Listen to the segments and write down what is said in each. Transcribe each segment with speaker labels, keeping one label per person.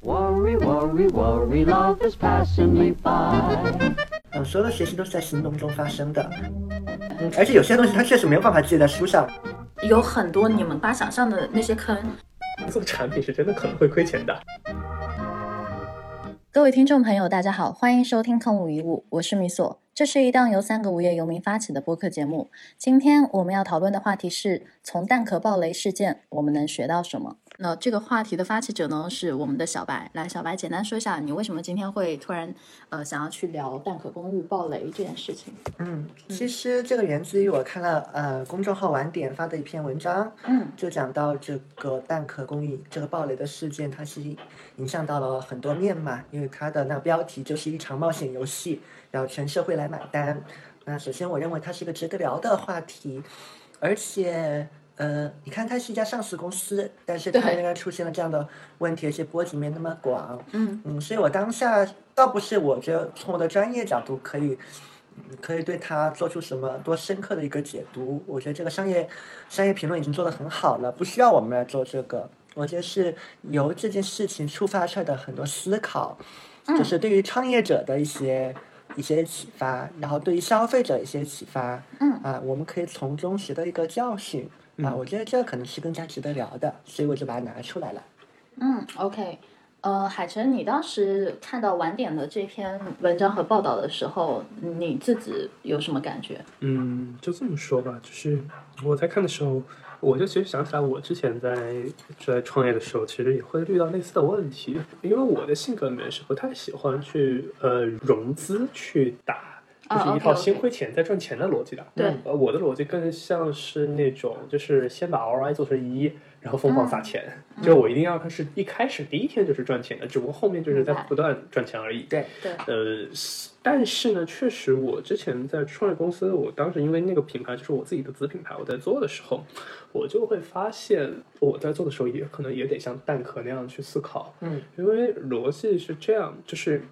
Speaker 1: Worry, worry, worry, love is passing me by.
Speaker 2: 嗯，所有的学习都是在行动中发生的。嗯，而且有些东西它确实没有办法记在书上。
Speaker 3: 有很多你们无法想象的那些坑。
Speaker 4: 做产品是真的可能会亏钱的。
Speaker 3: 各位听众朋友，大家好，欢迎收听《空无一物》，我是米索。这是一档由三个无业游民发起的播客节目。今天我们要讨论的话题是：从蛋壳爆雷事件，我们能学到什么？那这个话题的发起者呢，是我们的小白。来，小白，简单说一下，你为什么今天会突然呃想要去聊蛋壳公寓爆雷这件事情？
Speaker 2: 嗯，其实这个源自于我看了呃公众号晚点发的一篇文章，
Speaker 3: 嗯
Speaker 2: 就讲到这个蛋壳公寓这个暴雷的事件，它是影响到了很多面嘛，因为它的那个标题就是一场冒险游戏，然后全社会来买单。那首先我认为它是一个值得聊的话题，而且呃，你看它是一家上市公司，但是它
Speaker 3: 对
Speaker 2: 仍然出现了这样的问题，而且波及面那么广。
Speaker 3: 嗯
Speaker 2: 嗯，所以我当下倒不是我觉得从我的专业角度可以，嗯可以对它做出什么多深刻的一个解读。我觉得这个商业商业评论已经做得很好了，不需要我们来做这个。我觉得是由这件事情触发出来的很多思考，
Speaker 3: 嗯
Speaker 2: 就是对于创业者的一些一些启发，然后对于消费者一些启发。
Speaker 3: 嗯
Speaker 2: 啊，我们可以从中学到一个教训。啊，
Speaker 4: 嗯
Speaker 2: 我觉得这可能是更加值得聊的，所以我就把它拿出来了。
Speaker 3: 嗯，OK。呃，海晨，你当时看到晚点的这篇文章和报道的时候，你自己有什么感觉？
Speaker 4: 嗯，就这么说吧，就是我在看的时候，我就其实想起来，我之前在在创业的时候，其实也会遇到类似的问题，因为我的性格里面是不太喜欢去呃融资去打。就
Speaker 3: 啊
Speaker 4: 是一
Speaker 3: ，OK，
Speaker 4: 套先
Speaker 3: OK
Speaker 4: 亏钱再赚钱的逻辑的，
Speaker 3: 对
Speaker 4: 呃，我的逻辑更像是那种，就是先把 ROI 做成一，然后疯狂
Speaker 3: 嗯
Speaker 4: 撒钱，就我一定要它是一开始第一天就是赚钱的，只不过后面就是在
Speaker 3: 明白
Speaker 4: 不断赚钱而已。
Speaker 2: 对，
Speaker 3: 对，
Speaker 4: 呃，是但是呢，确实我之前在创业公司，我当时因为那个品牌就是我自己的子品牌，我在做的时候，我就会发现我在做的时候也可能也得像蛋壳那样去思考，
Speaker 2: 嗯，
Speaker 4: 因为逻辑是这样，就是。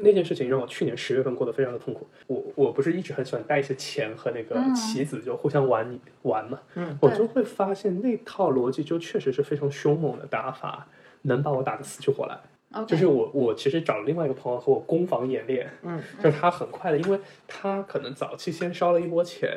Speaker 4: 那件事情让我去年十月份过得非常的痛苦。我我不是一直很喜欢带一些钱和那个
Speaker 3: 嗯
Speaker 4: 棋子就互相玩你玩嘛，
Speaker 2: 嗯
Speaker 4: 我
Speaker 3: 对
Speaker 4: 就会发现那套逻辑就确实是非常凶猛的打法，能把我打得死去活来。
Speaker 5: 嗯
Speaker 3: OK，
Speaker 4: 就是我我其实找了另外一个朋友和我攻防演练，
Speaker 2: 嗯，
Speaker 4: 就是他很快的，因为他可能早期先烧了一波钱，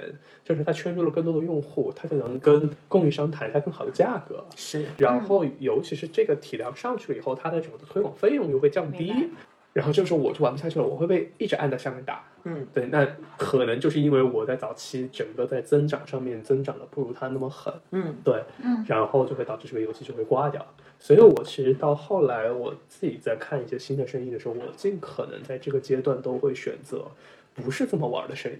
Speaker 4: 就是他圈住了更多的用户，他就能跟供应商谈一下更好的价格。
Speaker 2: 是。
Speaker 4: 然后，尤其是这个体量上去了以后，它的整个推广费用又会降低
Speaker 3: 明，
Speaker 4: 然后这个时候我就玩不下去了，我会被一直按在下面打。
Speaker 2: 嗯，
Speaker 4: 对，那可能就是因为我在早期整个在增长上面增长的不如他那么狠，
Speaker 2: 嗯，
Speaker 4: 对，
Speaker 3: 嗯
Speaker 4: 然后就会导致这个游戏就会挂掉。所以我其实到后来我自己在看一些新的生意的时候，我尽可能在这个阶段都会选择不是这么玩的生意。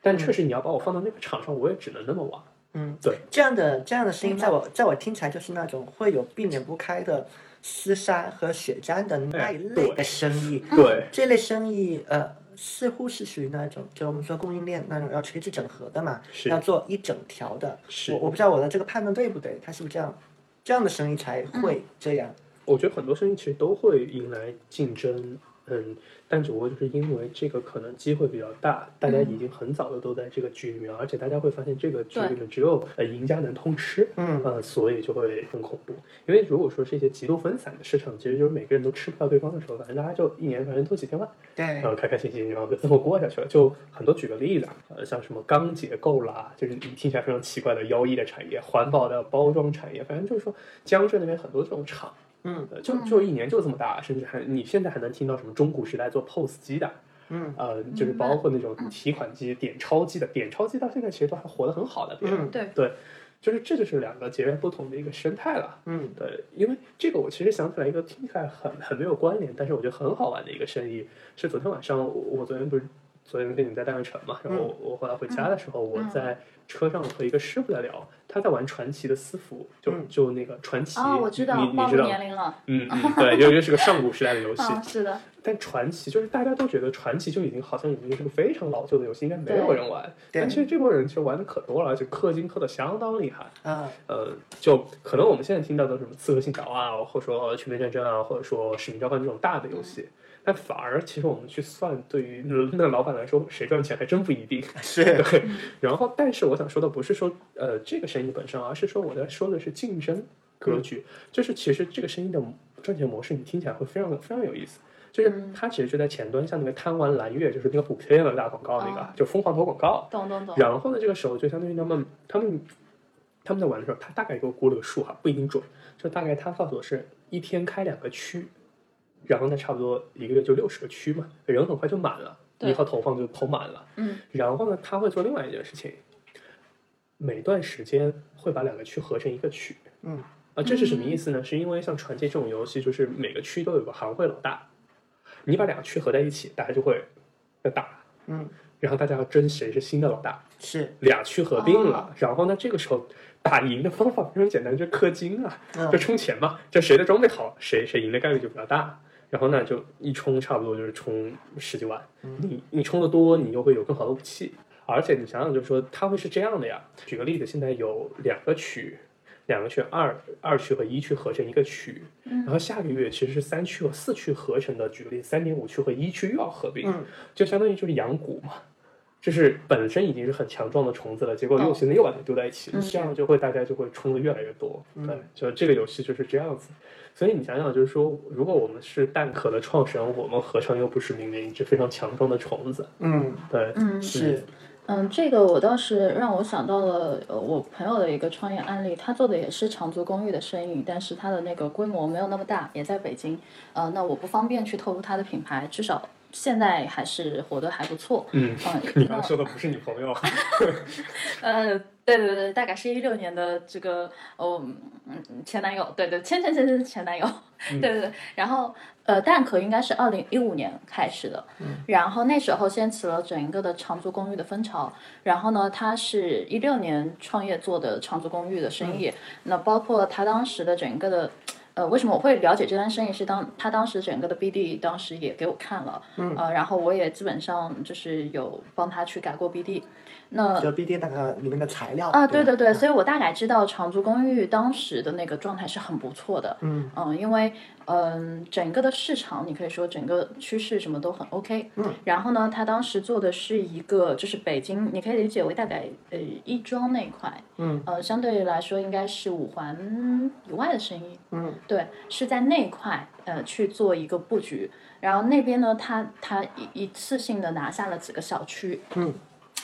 Speaker 4: 但确实，你要把我放到那个场上，我也只能那么玩。
Speaker 2: 嗯，
Speaker 4: 对，
Speaker 2: 这样的这样的声音，
Speaker 3: 明
Speaker 2: 在
Speaker 3: 白
Speaker 2: 我在我听起来就是那种会有避免不开的厮杀和血战的
Speaker 4: 哎
Speaker 2: 那一类的生意。
Speaker 4: 对，
Speaker 2: 这类生意，呃，似乎是属于那种，就我们说供应链那种要垂直整合的嘛，
Speaker 4: 是
Speaker 2: 要做一整条的。
Speaker 4: 是
Speaker 2: 我我不知道我的这个判断对不对，它是不是这样？这样的生意才会这样。
Speaker 4: 我觉得很多生意其实都会迎来竞争，嗯，但只不过就是因为这个可能机会比较大，大家已经很早的都在这个局里面，而且大家会发现这个局里面只有呃赢家能通吃，
Speaker 2: 嗯
Speaker 4: 呃，所以就会很恐怖。因为如果说是一些极度分散的市场，其实就是每个人都吃不到对方的时候，反正大家就一年反正都几千万，
Speaker 2: 对
Speaker 4: 然，后开开心心，然后就这么过下去了。就很多举个例子啊，呃，像什么钢结构啦，就是你听起来非常奇怪的妖异的产业，环保的包装产业，反正就是说江浙那边很多这种厂，
Speaker 2: 嗯
Speaker 4: 呃，就就一年就这么大，甚至还你现在还能听到什么中古时代做 POS 机的，
Speaker 2: 嗯
Speaker 4: 呃，就是包括那种提款机、点钞机的，点钞机到现在其实都还活得很好的，别人
Speaker 2: 嗯
Speaker 3: 对
Speaker 4: 对，就是这就是两个截然不同的一个生态了。
Speaker 2: 嗯
Speaker 4: 对，因为这个我其实想起来一个听起来很很没有关联，但是我觉得很好玩的一个生意，是昨天晚上我我昨天不是昨天跟你在大悦城嘛，然后
Speaker 3: 嗯
Speaker 4: 我,、我后来回家的时候，我在车上和一个师傅在聊，他在玩传奇的私服，就、
Speaker 2: 嗯
Speaker 4: 就那个传奇，
Speaker 3: 哦，我知道，
Speaker 4: 你你
Speaker 3: 暴
Speaker 4: 知
Speaker 3: 露
Speaker 4: 道
Speaker 3: 年龄了。
Speaker 4: 嗯嗯， 对，因为这是个上古时代的游戏，
Speaker 3: 嗯，是的，
Speaker 4: 但传奇就是大家都觉得传奇就已经好像已经是个非常老旧的游戏，应该没有
Speaker 3: 对
Speaker 4: 人玩，
Speaker 2: 对
Speaker 4: 但其实这波人其实玩的可多了，而且氪金氪的相当厉害。
Speaker 2: 啊，
Speaker 4: 呃，就可能我们现在听到的什么《刺客信条》啊，或者说《全面战争》啊，或者说《使命召唤》这种大的游戏，但反而其实我们去算，对于那老板来说，谁赚钱还真不一定。
Speaker 2: 是
Speaker 4: 对，啊然后但是我想说的不是说呃这个生意本身，而是说我在说的是竞争。歌剧，就是其实这个生意的赚钱模式，你听起来会非常非常有意思。就是它其实就在前端，像那个贪玩蓝月，就是那个补贴的打广告那
Speaker 5: 哦
Speaker 4: 个，就疯狂投广告。
Speaker 5: 懂懂懂，
Speaker 4: 然后呢，这个时候就相当于他们他们他们在玩的时候，他大概给我估了个数哈，不一定准，就大概他告诉我是一天开两个区，然后呢，差不多一个月就六十个区嘛，人很快就满了，
Speaker 5: 对
Speaker 4: 以后投放就投满了。
Speaker 5: 嗯，
Speaker 4: 然后呢，他会做另外一件事情，每段时间会把两个区合成一个区。
Speaker 2: 嗯，
Speaker 4: 啊，这是什么意思呢？是因为像传奇这种游戏，就是每个区都有个行会老大，你把两个区合在一起，大家就会要打，
Speaker 2: 嗯，
Speaker 4: 然后大家要争谁是新的老大。
Speaker 2: 是，
Speaker 4: 俩区合并了，然后呢，这个时候打赢的方法非常简单，就是氪金啊，
Speaker 2: 嗯
Speaker 4: 就充钱嘛，就谁的装备好，谁谁赢的概率就比较大。然后呢，就一充差不多就是充十几万，你你充的多，你又会有更好的武器。而且你想想，就是说它会是这样的呀。举个例子，现在有两个区，两个区二二区和一区合成一个区，然后下个月其实是三区和四区合成的。举个例子，三点五区和一区又要合并，
Speaker 2: 嗯
Speaker 4: 就相当于就是养蛊嘛。就是本身已经是很强壮的虫子了，结果
Speaker 5: 懂
Speaker 4: 又现在又把它丢在一
Speaker 5: 嗯
Speaker 4: 起，这样就会大家就会冲的越来越多。
Speaker 2: 嗯
Speaker 4: 对，就这个游戏就是这样子。所以你想想，就是说，如果我们是蛋壳的创始人，我们何尝又不是明年一只非常强壮的虫子？
Speaker 2: 嗯，
Speaker 4: 对，
Speaker 5: 嗯
Speaker 2: 是，
Speaker 5: 嗯，这个我倒是让我想到了，呃，我朋友的一个创业案例，他做的也是长租公寓的生意，但是他的那个规模没有那么大，也在北京。呃，那我不方便去透露他的品牌，至少现在还是活得还不错。
Speaker 4: 嗯
Speaker 5: 嗯，
Speaker 4: 你刚说的不是你朋
Speaker 5: 哦
Speaker 4: 友，
Speaker 5: 呃，对对对，大概是一六年的这个，哦，嗯，前男友，对对，前前前前前男友，对对对。然后，呃，蛋壳应该是二零一五年开始的，然后那时候掀起了整一个的长租公寓的风潮。然后呢，他是一六年创业做的长租公寓的生意，那包括他当时的整个的。呃，为什么我会了解这单生意？是当他当时整个的 BD 当时也给我看了，嗯、呃，然后我也基本上就是有帮他去改过 BD。那
Speaker 2: 就 BD 那个里面的材料
Speaker 5: 呃啊，对
Speaker 2: 吧
Speaker 5: 对对，所以我大概知道长租公寓当时的那个状态是很不错的。
Speaker 2: 嗯
Speaker 5: 因为嗯、整个的市场你可以说整个趋势什么都很 OK。嗯，然后呢，他当时做的是一个就是北京，你可以理解为大概呃亦庄那一块，
Speaker 2: 嗯，
Speaker 5: 呃，相对来说应该是五环以外的生意。
Speaker 2: 嗯，
Speaker 5: 对，是在那一块呃去做一个布局。然后那边呢，他他一一次性的拿下了几个小区，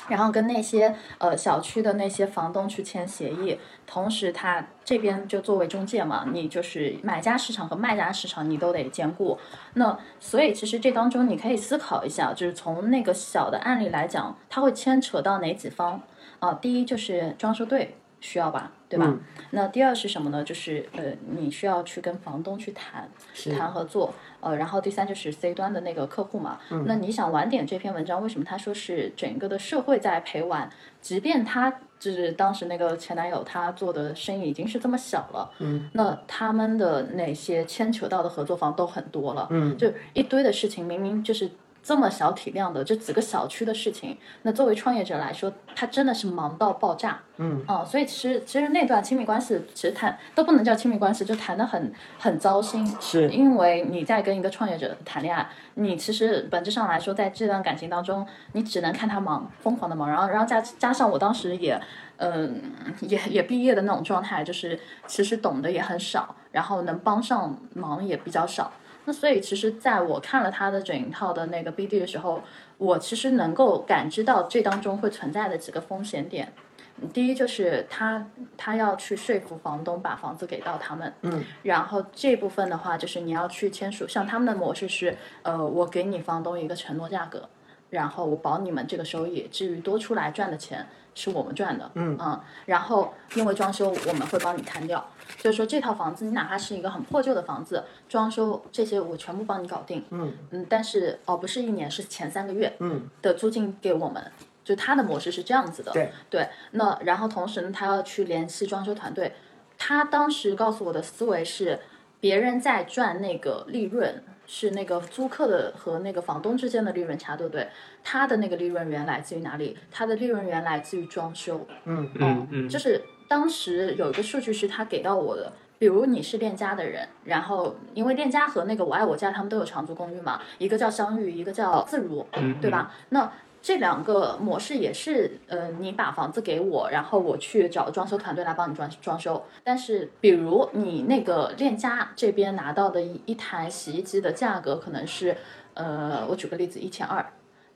Speaker 5: 然后跟那些呃小区的那些房东去签协议，同时他这边就作为中介嘛，你就是买家市场和卖家市场你都得兼顾。那所以其实这当中你可以思考一下，就是从那个小的案例来讲，它会牵扯到哪几方啊、第一就是装修队需要吧，对吧？
Speaker 2: 嗯
Speaker 5: 那第二是什么呢？就是呃你需要去跟房东去谈，
Speaker 2: 是
Speaker 5: 谈合作，呃，然后第三就是 C 端的那个客户嘛。
Speaker 2: 嗯
Speaker 5: 那你想晚点这篇文章，为什么他说是整个的社会在陪玩？即便他就是当时那个前男友他做的生意已经是这么小了，
Speaker 2: 嗯，
Speaker 5: 那他们的那些牵扯到的合作方都很多了，
Speaker 2: 嗯
Speaker 5: 就一堆的事情，明明就是。这么小体量的，就几个小区的事情，那作为创业者来说，他真的是忙到爆炸。
Speaker 2: 嗯
Speaker 5: 哦，所以其实其实那段亲密关系，其实谈都不能叫亲密关系，就谈的很很糟心。
Speaker 2: 是
Speaker 5: 因为你在跟一个创业者谈恋爱，你其实本质上来说，在这段感情当中，你只能看他忙，疯狂的忙，然后然后加加上我当时也，嗯、也也毕业的那种状态，就是其实懂得也很少，然后能帮上忙也比较少。那所以其实，在我看了他的整一套的那个 BD 的时候，我其实能够感知到这当中会存在的几个风险点。第一就是他他要去说服房东把房子给到他们，
Speaker 2: 嗯，
Speaker 5: 然后这部分的话就是你要去签署，像他们的模式是，呃，我给你房东一个承诺价格，然后我保你们这个收益，至于多出来赚的钱是我们赚的，嗯然后因为装修我们会帮你摊掉，就是说这套房子你哪怕是一个很破旧的房子，装修这些我全部帮你搞定，
Speaker 2: 嗯
Speaker 5: 嗯，但是哦不是一年是前三个月，
Speaker 2: 嗯，
Speaker 5: 的租金给我们，就他的模式是这样子的，
Speaker 2: 对
Speaker 5: 对，那然后同时呢，他要去联系装修团队。他当时告诉我的思维是，别人在赚那个利润，是那个租客的和那个房东之间的利润差，对不对？他的那个利润源来自于哪里？他的利润源来自于装修。
Speaker 2: 嗯
Speaker 4: 嗯嗯，
Speaker 5: 就是当时有一个数据是他给到我的，比如你是链家的人，然后因为链家和那个我爱我家他们都有长租公寓嘛，一个叫相遇，一个叫自如，对吧？那这两个模式也是，呃，你把房子给我，然后我去找装修团队来帮你装装修。但是，比如你那个链家这边拿到的一一台洗衣机的价格可能是，呃，我举个例子，一千二，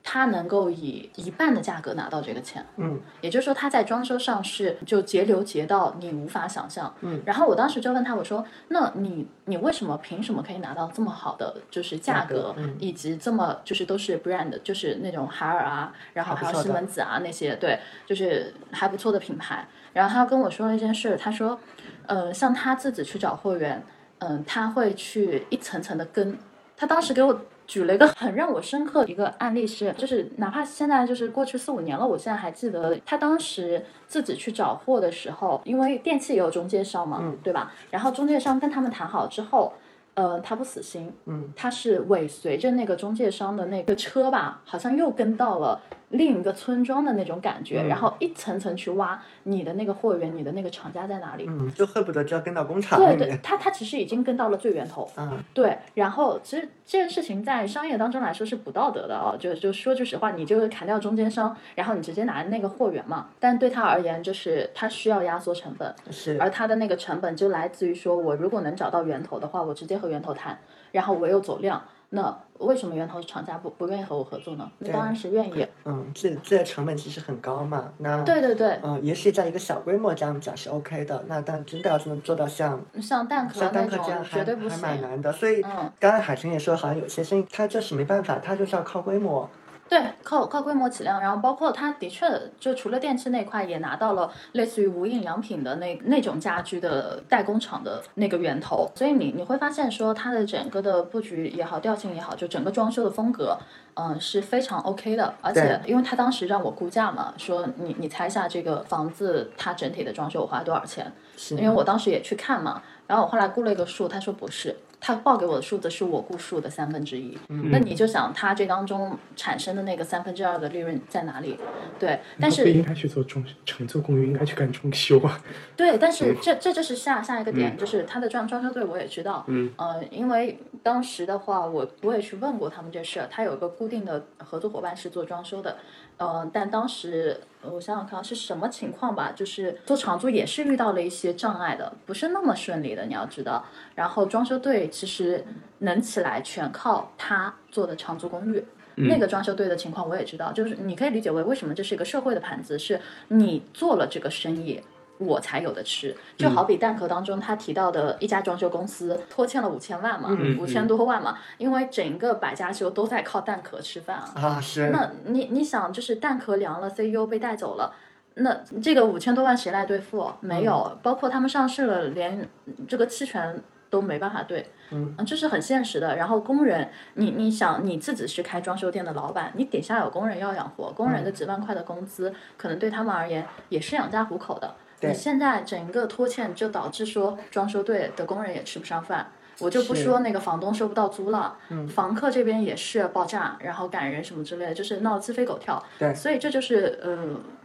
Speaker 5: 他能够以一半的价格拿到这个钱。
Speaker 2: 嗯，
Speaker 5: 也就是说他在装修上是就节流节到你无法想象。
Speaker 2: 嗯，
Speaker 5: 然后我当时就问他，我说：“那你你为什么凭什么可以拿到这么好的就是价
Speaker 2: 价
Speaker 5: 格
Speaker 2: 格嗯，
Speaker 5: 以及这么就是都是 brand，就是那种海尔啊，然后
Speaker 2: 还不
Speaker 5: 还有
Speaker 2: 错
Speaker 5: 西
Speaker 2: 的
Speaker 5: 门子啊那些，对，就是还不错的品牌。”然后他跟我说了一件事，他说：“呃，像他自己去找货源，嗯、他会去一层层的跟。他当时给我举了一个很让我深刻的一个案例是，就是哪怕现在就是过去四五年了，我现在还记得他当时自己去找货的时候，因为电器也有中介商嘛，
Speaker 2: 嗯
Speaker 5: 对吧？然后中介商跟他们谈好之后。呃，他不死心，
Speaker 2: 嗯，
Speaker 5: 他是尾随着那个中介商的那个车吧，好像又跟到了另一个村庄的那种感觉，
Speaker 2: 嗯
Speaker 5: 然后一层层去挖你的那个货源，你的那个厂家在哪里？
Speaker 2: 嗯，就恨不得就要跟到工厂
Speaker 5: 对
Speaker 2: 里
Speaker 5: 对
Speaker 2: 面，。
Speaker 5: 他他其实已经跟到了最源头，
Speaker 2: 嗯，
Speaker 5: 对，然后其实这件事情在商业当中来说是不道德的哦，就就说句实话，你就是砍掉中间商，然后你直接拿那个货源嘛。但对他而言，就是他需要压缩成本，
Speaker 2: 是
Speaker 5: 而他的那个成本就来自于说我如果能找到源头的话，我直接和源头谈，然后我又走量，那为什么源头厂家不不愿意和我合作呢？那
Speaker 2: 对
Speaker 5: 当然是愿意。
Speaker 2: 嗯，这这成本其实很高嘛。那
Speaker 5: 对对对，
Speaker 2: 嗯，也许在一个小规模这样讲是 OK 的。那但真的要是能做到像
Speaker 5: 像蛋壳
Speaker 2: 像
Speaker 5: 那
Speaker 2: 单克这样
Speaker 5: 种绝
Speaker 2: 还
Speaker 5: 对不
Speaker 2: 还蛮
Speaker 5: 行。
Speaker 2: 难的。所以
Speaker 5: 嗯
Speaker 2: 刚才海晨也说，好像有些生意它就是没办法，它就是要靠规模。
Speaker 5: 对，靠靠规模起量，然后包括它的确就除了电器那块，也拿到了类似于无印良品的那那种家居的代工厂的那个源头，所以你你会发现说它的整个的布局也好，调性也好，就整个装修的风格，嗯、是非常 OK 的。而且因为他当时让我估价嘛，说你你猜一下这个房子它整体的装修我花多少钱？
Speaker 2: 是
Speaker 5: 因为我当时也去看嘛，然后我后来估了一个数，他说不是，他报给我的数字是我估数的三分之一。
Speaker 4: 嗯
Speaker 5: 那你就想他这当中产生的那个三分之二的利润在哪里？
Speaker 4: 嗯
Speaker 5: 对，但
Speaker 4: 不应
Speaker 5: 是
Speaker 4: 该去做装整座公寓，应该去干装修啊。
Speaker 5: 对，但是这这就是下下一个点，
Speaker 4: 嗯
Speaker 5: 就是他的装装修队我也知道，
Speaker 4: 嗯，
Speaker 5: 呃，因为当时的话我我也去问过他们这事儿，他有一个固定的合作伙伴是做装修的，呃，但当时呃我想想看是什么情况吧，就是做长租也是遇到了一些障碍的，不是那么顺利的，你要知道。然后装修队其实能起来全靠他做的长租公寓。
Speaker 2: 嗯
Speaker 5: 那个装修队的情况我也知道，就是你可以理解为为什么这是一个社会的盘子，是你做了这个生意，我才有的吃。
Speaker 2: 嗯
Speaker 5: 就好比蛋壳当中他提到的一家装修公司拖欠了五千万嘛，
Speaker 2: 嗯
Speaker 5: 五千多万嘛，因为整个百家秀都在靠蛋壳吃饭啊。
Speaker 2: 啊，是
Speaker 5: 那你你想，就是蛋壳凉了，CEO 被带走了，那这个五千多万谁来兑付？没有，包括他们上市了，连这个期权都没办法兑，
Speaker 2: 嗯，
Speaker 5: 这是很现实的。然后工人，你你想你自己是开装修店的老板，你底下有工人要养活，工人的几万块的工资，可能对他们而言也是养家糊口的。
Speaker 2: 对
Speaker 5: 你现在整个拖欠，就导致说装修队的工人也吃不上饭。我就不
Speaker 2: 是嗯
Speaker 5: 说那个房东收不到租了，房客这边也是爆炸，然后赶人什么之类的，就是闹得鸡飞狗跳。
Speaker 2: 对
Speaker 5: 所以这就是呃，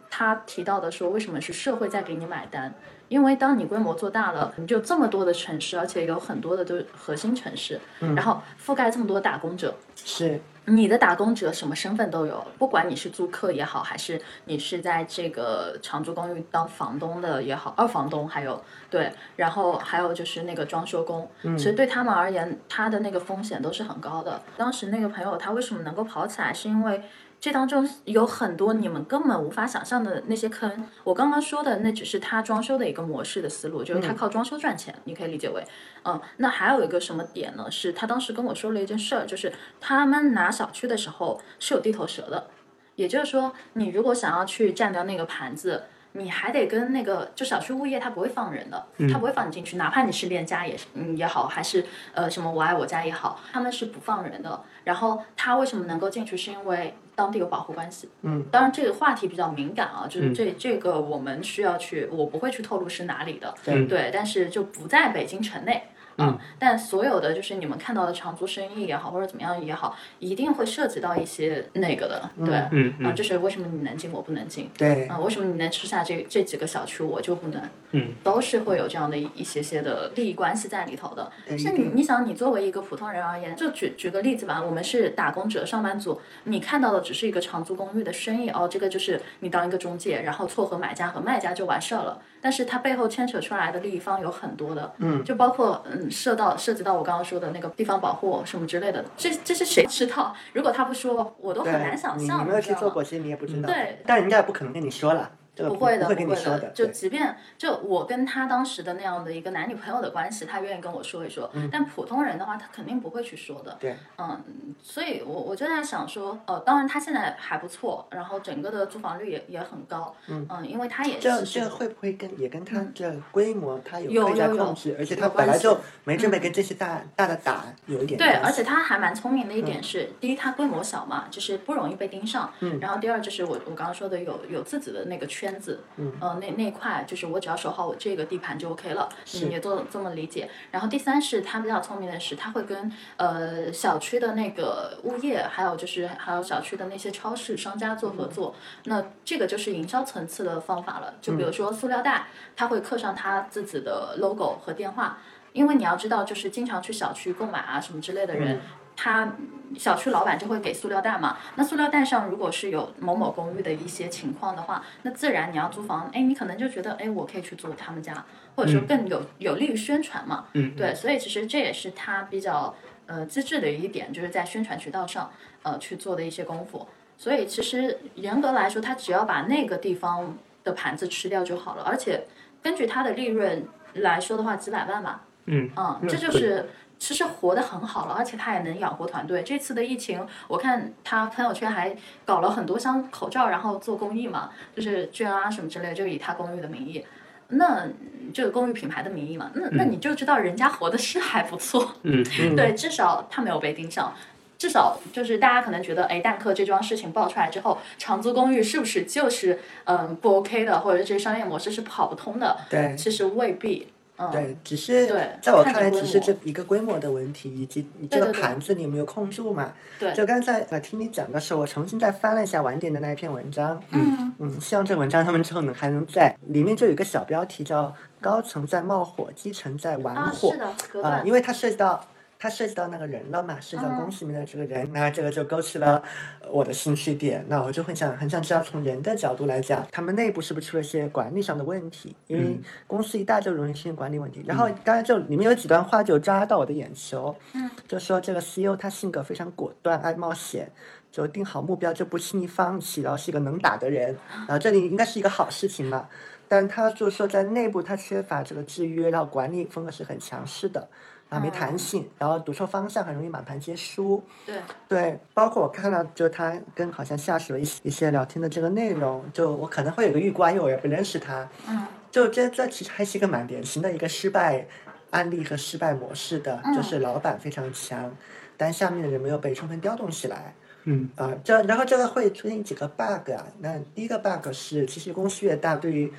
Speaker 5: 他提到的说，为什么是社会在给你买单？因为当你规模做大了，你就这么多的城市，而且有很多的都是核心城市，
Speaker 2: 嗯
Speaker 5: 然后覆盖这么多打工者，
Speaker 2: 是，
Speaker 5: 你的打工者什么身份都有，不管你是租客也好，还是你是在这个长租公寓当房东的也好，二房东还有对，然后还有就是那个装修工，其实对他们而言，他的那个风险都是很高的。当时那个朋友他为什么能够跑起来，是因为这当中有很多你们根本无法想象的那些坑。我刚刚说的那只是他装修的一个模式的思路，就是他靠装修赚钱，你可以理解为，嗯，那还有一个什么点呢？是他当时跟我说了一件事儿，就是他们拿小区的时候是有地头蛇的，也就是说，你如果想要去占掉那个盘子。你还得跟那个，就小区物业他不会放人的，他不会放你进去，哪怕你是链家也是嗯也好，还是呃什么我爱我家也好，他们是不放人的。然后他为什么能够进去，是因为当地有保护关系。
Speaker 2: 嗯，
Speaker 5: 当然这个话题比较敏感啊，就是这、这个我们需要去，我不会去透露是哪里的，
Speaker 2: 对
Speaker 5: 对，但是就不在北京城内。啊。但所有的就是你们看到的长租生意也好，或者怎么样也好，一定会涉及到一些那个的，对，啊、
Speaker 4: 嗯嗯
Speaker 5: 这是为什么你能进我不能进，
Speaker 2: 对
Speaker 5: 啊、为什么你能吃下这这几个小区我就不能，
Speaker 4: 嗯，
Speaker 5: 都是会有这样的一一些些的利益关系在里头的。
Speaker 2: 对嗯
Speaker 5: 是
Speaker 2: 一
Speaker 5: 你
Speaker 2: 定
Speaker 5: 你想，你作为一个普通人而言，就举举个例子吧，我们是打工者、上班族，你看到的只是一个长租公寓的生意哦，这个就是你当一个中介，然后撮合买家和卖家就完事儿了。但是它背后牵扯出来的利益方有很多的，嗯，就包括嗯涉到涉及到我刚刚说的那个地方保护什么之类的，这这是谁知道？如果他不说，我都
Speaker 2: 对
Speaker 5: 很难想
Speaker 2: 你
Speaker 5: 象，
Speaker 2: 你没有
Speaker 5: 你知
Speaker 2: 去
Speaker 5: 道
Speaker 2: 做
Speaker 5: 吗？嗯
Speaker 2: 过，其实你也不知道。
Speaker 5: 对
Speaker 2: 但人家也不可能跟你说了，这个
Speaker 5: 不会
Speaker 2: 不
Speaker 5: 的，不
Speaker 2: 会跟你
Speaker 5: 会
Speaker 2: 说
Speaker 5: 的。就
Speaker 2: 对
Speaker 5: 即便就我跟他当时的那样的一个男女朋友的关系，他愿意跟我说一说，但普通人的话，他肯定不会去说的。
Speaker 2: 嗯对，
Speaker 5: 嗯，所以我我就在想说，呃，当然他现在还不错，然后整个的租房率也也很高，嗯因为他也
Speaker 2: 这样这
Speaker 5: 是
Speaker 2: 样会不会跟也跟他这规模他
Speaker 5: 嗯
Speaker 2: 有
Speaker 5: 有
Speaker 2: 被在
Speaker 5: 有有
Speaker 2: 控制，而且
Speaker 5: 有
Speaker 2: 他
Speaker 5: 关
Speaker 2: 本来
Speaker 5: 系嗯
Speaker 2: 就没准备跟这些大大的打有一点
Speaker 5: 对，
Speaker 2: 关
Speaker 5: 而
Speaker 2: 系
Speaker 5: 且他还蛮聪明的一点是，第一，他规模小嘛，就是不容易被盯上。嗯。然后第二就是我我刚刚说的有有自己的那个圈子，嗯，呃那那一块就是我只要守好我这个地盘就 OK 了，你也都这么理解。然后第三是他比较聪明的是，他会跟呃小区的那个物业，还有就是还有小区的那些超市商家做合作，那这个就是营销层次的方法了。就比如说塑料袋，他会刻上他自己的 logo 和电话。因为你要知道，就是经常去小区购买啊什么之类的
Speaker 4: 嗯
Speaker 5: 人，他小区老板就会给塑料袋嘛。那塑料袋上如果是有某某公寓的一些情况的话，那自然你要租房，哎，你可能就觉得，哎，我可以去租他们家，或者说更有有利于宣传嘛。
Speaker 4: 嗯，
Speaker 5: 对，所以其实这也是他比较呃资质的一点，就是在宣传渠道上呃去做的一些功夫。所以其实严格来说，他只要把那个地方的盘子吃掉就好了，而且根据他的利润来说的话，几百万吧，
Speaker 4: 嗯
Speaker 5: 嗯，这就是其实活得很好了，而且他也能养活团队。这次的疫情，我看他朋友圈还搞了很多箱口罩，然后做公益嘛，就是捐啊什么之类的，就以他公寓的名义。那这个公寓品牌的名义嘛，那那你就知道人家活的是还不错，
Speaker 4: 嗯
Speaker 5: 对，至少他没有被盯上，至少就是大家可能觉得，哎，蛋壳这桩事情爆出来之后，长租公寓是不是就是嗯不 OK 的，或者这商业模式是跑不通的？
Speaker 2: 对
Speaker 5: 其实未必，嗯，
Speaker 2: 对，只是
Speaker 5: 对
Speaker 2: 在我
Speaker 5: 看
Speaker 2: 看
Speaker 5: 你
Speaker 2: 来，
Speaker 5: 规
Speaker 2: 只是
Speaker 5: 模
Speaker 2: 这一个规模的问题，以及你这个
Speaker 5: 对对对
Speaker 2: 盘子你有没有控住嘛？
Speaker 5: 对
Speaker 2: 就刚才呃听你讲的时候，我重新再翻了一下晚点的那一篇文章，嗯嗯，希望这文章他们之后能还能在里面就有一个小标题叫“高层在冒火，基层在玩
Speaker 5: 啊，
Speaker 2: 火
Speaker 5: 是”的，隔
Speaker 2: 啊、
Speaker 5: 断。嗯
Speaker 2: 因为它涉及到它涉及到那个人了嘛，涉及到公司里面的这个人，那这个就勾起了我的兴趣点。那我就很想很想知道，从人的角度来讲，他们内部是不是出了一些管理上的问题？因为
Speaker 4: 嗯
Speaker 2: 公司一大就容易出现管理问题。然后刚才就里面有几段话就抓到我的眼球，
Speaker 5: 嗯，
Speaker 2: 就说这个 CEO 他性格非常果断，爱冒险。就定好目标就不轻易放弃，然后是一个能打的人，然后这里应该是一个好事情吧。但他就是说在内部他缺乏这个制约，然后管理风格是很强势的，然后没弹性，然后读错方向很容易满盘皆输。
Speaker 5: 对，
Speaker 2: 对，包括我看到，就他跟好像下属一些一些聊天的这个内容，就我可能会有个预观，因为我也不认识他。
Speaker 5: 嗯，
Speaker 2: 就这这其实还是一个蛮典型的一个失败案例和失败模式的，就是老板非常强，但下面的人没有被充分调动起来。
Speaker 4: 嗯
Speaker 2: 啊，这然后这个会出现几个 bug 啊。那第一个 bug 是，其实公司越大，对于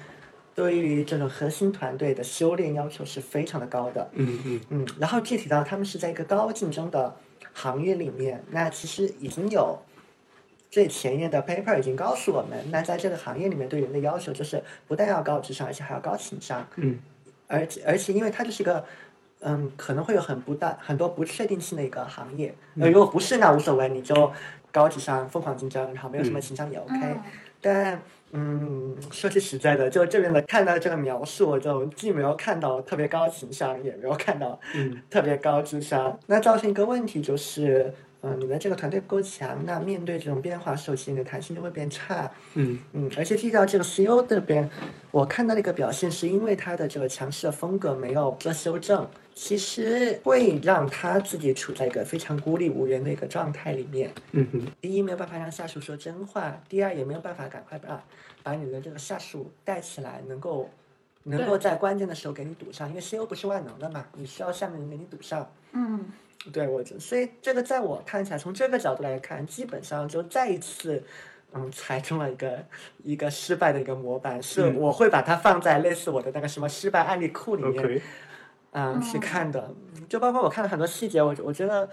Speaker 2: 对于这种核心团队的修炼要求是非常的高的。
Speaker 4: 嗯嗯
Speaker 2: 嗯，然后具体到他们是在一个高竞争的行业里面，那其实已经有最前沿的 paper 已经告诉我们，那在这个行业里面对人的要求就是不但要高智商，而且还要高情商。
Speaker 4: 嗯，
Speaker 2: 而且而且因为它就是一个。嗯，可能会有很不大很多不确定性的一个行业。呃，如果不是那无所谓，你就高智商、疯狂竞争，然后没有什么情商也 OK。
Speaker 5: 嗯
Speaker 2: 但嗯，说句实在的，就这边的看到这个描述，我就既没有看到特别高情商，也没有看到
Speaker 4: 嗯
Speaker 2: 特别高智商。那造成一个问题就是，嗯、你的这个团队不够强，那面对这种变化时候，其实你的弹性就会变差。
Speaker 4: 嗯
Speaker 2: 嗯，而且提到这个 CEO 这边，我看到的一个表现是因为他的这个强势的风格没有做修正，其实会让他自己处在一个非常孤立无援的一个状态里面。
Speaker 4: 嗯嗯
Speaker 2: 第一，没有办法让下属说真话；第二，也没有办法赶快把把你的这个下属带起来，能够能够在关键的时候给你堵上，因为 CEO 不是万能的嘛，你需要下面人给你堵上。
Speaker 5: 嗯，
Speaker 2: 对我觉得，所以这个在我看起来，从这个角度来看，基本上就再一次，嗯，踩中了一个一个失败的一个模板，是
Speaker 4: 嗯
Speaker 2: 我会把它放在类似我的那个什么失败案例库里面。
Speaker 4: ，OK，
Speaker 2: 嗯去看的，就包括我看了很多细节，我我觉得，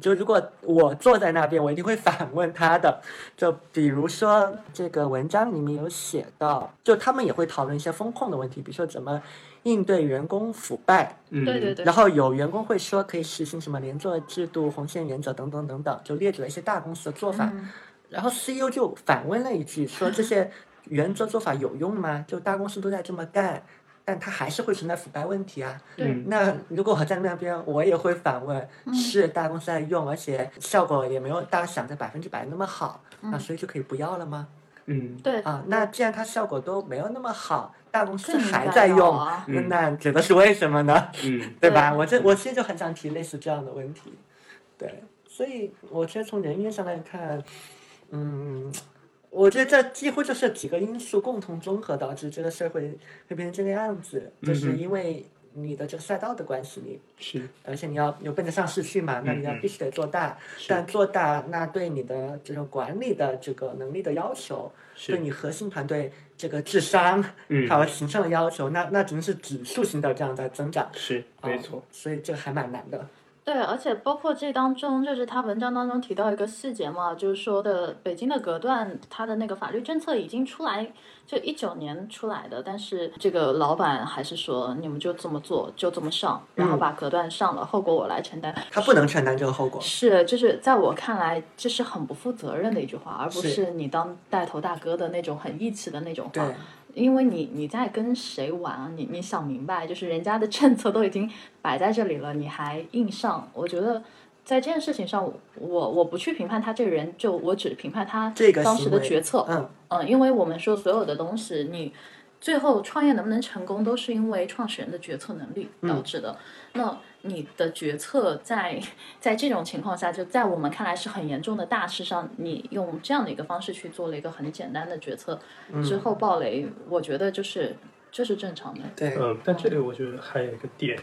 Speaker 2: 就如果我坐在那边，我一定会反问他的。就比如说这个文章里面有写到，就他们也会讨论一些风控的问题，比如说怎么应对员工腐败，
Speaker 4: 嗯，
Speaker 5: 对对对，
Speaker 2: 然后有员工会说可以实行什么连坐制度、红线原则等等等等，就列举了一些大公司的做法。
Speaker 5: 嗯
Speaker 2: 然后 CEO 就反问了一句，说这些原则做法有用吗？就大公司都在这么干，但它还是会存在腐败问题啊。
Speaker 4: 嗯
Speaker 5: 对，
Speaker 2: 那如果我在那边，我也会反问，
Speaker 5: 嗯
Speaker 2: 是大公司在用，而且效果也没有大家想的百分之百那么好，那
Speaker 5: 嗯
Speaker 2: 所以就可以不要了吗？
Speaker 4: 嗯，
Speaker 5: 对，
Speaker 2: 啊，那既然它效果都没有那么好，大公司
Speaker 5: 更应
Speaker 2: 还
Speaker 5: 该
Speaker 2: 在
Speaker 5: 要
Speaker 2: 用，
Speaker 5: 啊
Speaker 2: 那
Speaker 4: 嗯
Speaker 2: 那指的是为什么呢？
Speaker 4: 嗯，
Speaker 2: 对吧？
Speaker 5: 对
Speaker 2: 我这我其实就很想提类似这样的问题，对，所以我觉得从人员上来看，嗯，我觉得这几乎就是几个因素共同综合导致这个社会会变成这个样子，就是
Speaker 4: 嗯哼
Speaker 2: 因为你的这个赛道的关系，你
Speaker 4: 是
Speaker 2: 而且你要有奔着上市去嘛，那你要
Speaker 4: 嗯嗯
Speaker 2: 必须得做大，但
Speaker 4: 是
Speaker 2: 做大那对你的这种管理的这个能力的要求，对
Speaker 4: 是，
Speaker 2: 你核心团队这个智商
Speaker 4: 嗯
Speaker 2: 还有形象的要求，那那只能是指数型的这样在增长。
Speaker 4: 是没错，
Speaker 2: 嗯所以这个还蛮难的。
Speaker 5: 对，而且包括这当中，就是他文章当中提到一个细节嘛，就是说的北京的隔断，它的那个法律政策已经出来，就一九年出来的，但是这个老板还是说你们就这么做，就这么上，然
Speaker 2: 嗯
Speaker 5: 后把隔断上了，后果我来承担。
Speaker 2: 他不能承担这个后果。
Speaker 5: 是，就是在我看来，这是很不负责任的一句话，而不
Speaker 2: 是
Speaker 5: 是你当带头大哥的那种很义气的那种话
Speaker 2: 对。
Speaker 5: 因为你你在跟谁玩啊？你你想明白，就是人家的政策都已经摆在这里了，你还硬上，我觉得。在这件事情上，我我我不去评判他这个人，就我只评判他
Speaker 2: 这个
Speaker 5: 当时
Speaker 2: 行
Speaker 5: 的
Speaker 2: 为
Speaker 5: 决策。
Speaker 2: 嗯，
Speaker 5: 嗯，因为我们说所有的东西，你最后创业能不能成功，都是因为创始人的决策能力
Speaker 2: 嗯
Speaker 5: 导致的。那你的决策在在这种情况下，就在我们看来是很严重的大事上，你用这样的一个方式去做了一个很简单的决策，
Speaker 2: 嗯
Speaker 5: 之后暴雷，我觉得就是这是正常的。
Speaker 2: 对，
Speaker 4: 嗯，但这里我觉得还有一个点，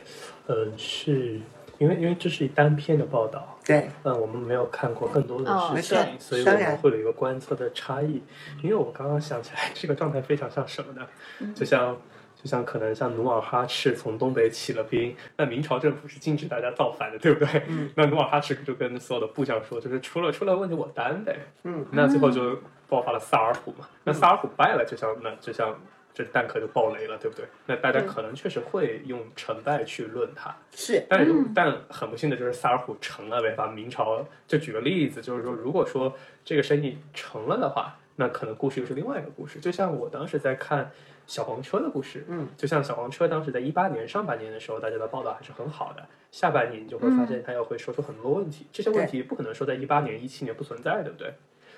Speaker 4: 嗯，是因为因为这是一单篇的报道，
Speaker 2: 对，
Speaker 4: 嗯，我们没有看过更多的
Speaker 5: 哦
Speaker 4: 事
Speaker 5: 没
Speaker 4: 情，
Speaker 2: 错
Speaker 4: 所以我
Speaker 2: 当
Speaker 4: 们
Speaker 2: 然
Speaker 4: 会有一个观测的差异。因为我刚刚想起来，这个状态非常像什么呢？
Speaker 5: 嗯
Speaker 4: 就像就像可能像努尔哈赤从东北起了兵，那明朝政府是禁止大家造反的，对不对？
Speaker 2: 嗯
Speaker 4: 那努尔哈赤就跟所有的部将说，就是出了出了问题我担呗。
Speaker 2: 嗯，
Speaker 4: 那最后就爆发了萨尔虎嘛。那萨尔虎败了，就像那就像。这蛋壳就爆雷了，对不对？那大家
Speaker 5: 对
Speaker 4: 可能确实会用成败去论它，
Speaker 2: 是，
Speaker 4: 但如但很不幸的就是萨尔虎成了呗，把明朝就举个例子，就是说如果说这个生意成了的话，那可能故事又是另外一个故事。就像我当时在看小黄车的故事，
Speaker 2: 嗯，
Speaker 4: 就像小黄车当时在一八年上半年的时候，大家的报道还是很好的，下半年你就会发现它又会说出很多问题，这些问题不可能说在一八年、一七年不存在，对不对？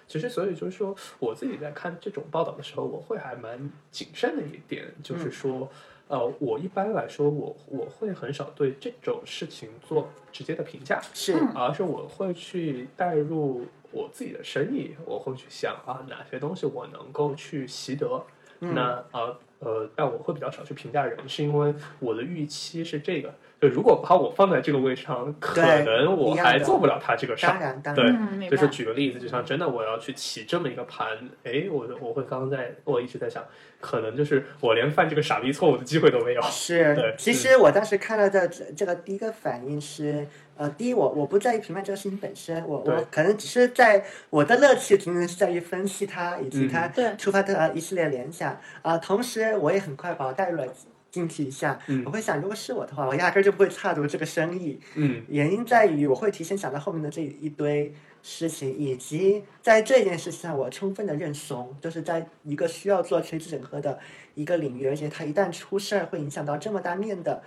Speaker 4: 其实，所以就是说，我自己在看这种报道的时候，我会还蛮谨慎的一点，就是说，呃，我一般来说，我我会很少对这种事情做直接的评价，
Speaker 2: 是，
Speaker 5: 嗯
Speaker 4: 而是我会去带入我自己的生意，我会去想啊，哪些东西我能够去习得。
Speaker 2: 嗯
Speaker 4: 那呃呃，但我会比较少去评价人，是因为我的预期是这个。就如果把我放在这个位置上，可
Speaker 2: 对
Speaker 4: 能我
Speaker 2: 一样
Speaker 4: 还
Speaker 2: 的
Speaker 4: 做不了他这个事
Speaker 2: 当
Speaker 4: 儿。
Speaker 2: 然，嗯当然，
Speaker 4: 对，
Speaker 5: 嗯明
Speaker 4: 就是
Speaker 5: 白
Speaker 4: 举个例子，就像真的我要去起这么一个盘，哎，我我会刚刚在我一直在想，可能就是我连犯这个傻逼错误的机会都没有。
Speaker 2: 是
Speaker 4: 对。
Speaker 2: 其实我当时看到这这个第一个反应是，呃，第一我我不在意评判这个事情本身，我
Speaker 4: 对
Speaker 2: 我可能只是在我的乐趣，仅仅是在于分析它以及它
Speaker 4: 嗯
Speaker 5: 对
Speaker 2: 触发的呃一系列联想啊、同时我也很快把我带入了进去一下，
Speaker 4: 嗯
Speaker 2: 我会想，如果是我的话，我压根儿就不会踏入这个生意，
Speaker 4: 嗯
Speaker 2: 原因在于我会提前想到后面的这一堆事情，以及在这件事情上我充分的认怂，就是在一个需要做垂直整合的一个领域，而且它一旦出事儿会影响到这么大面的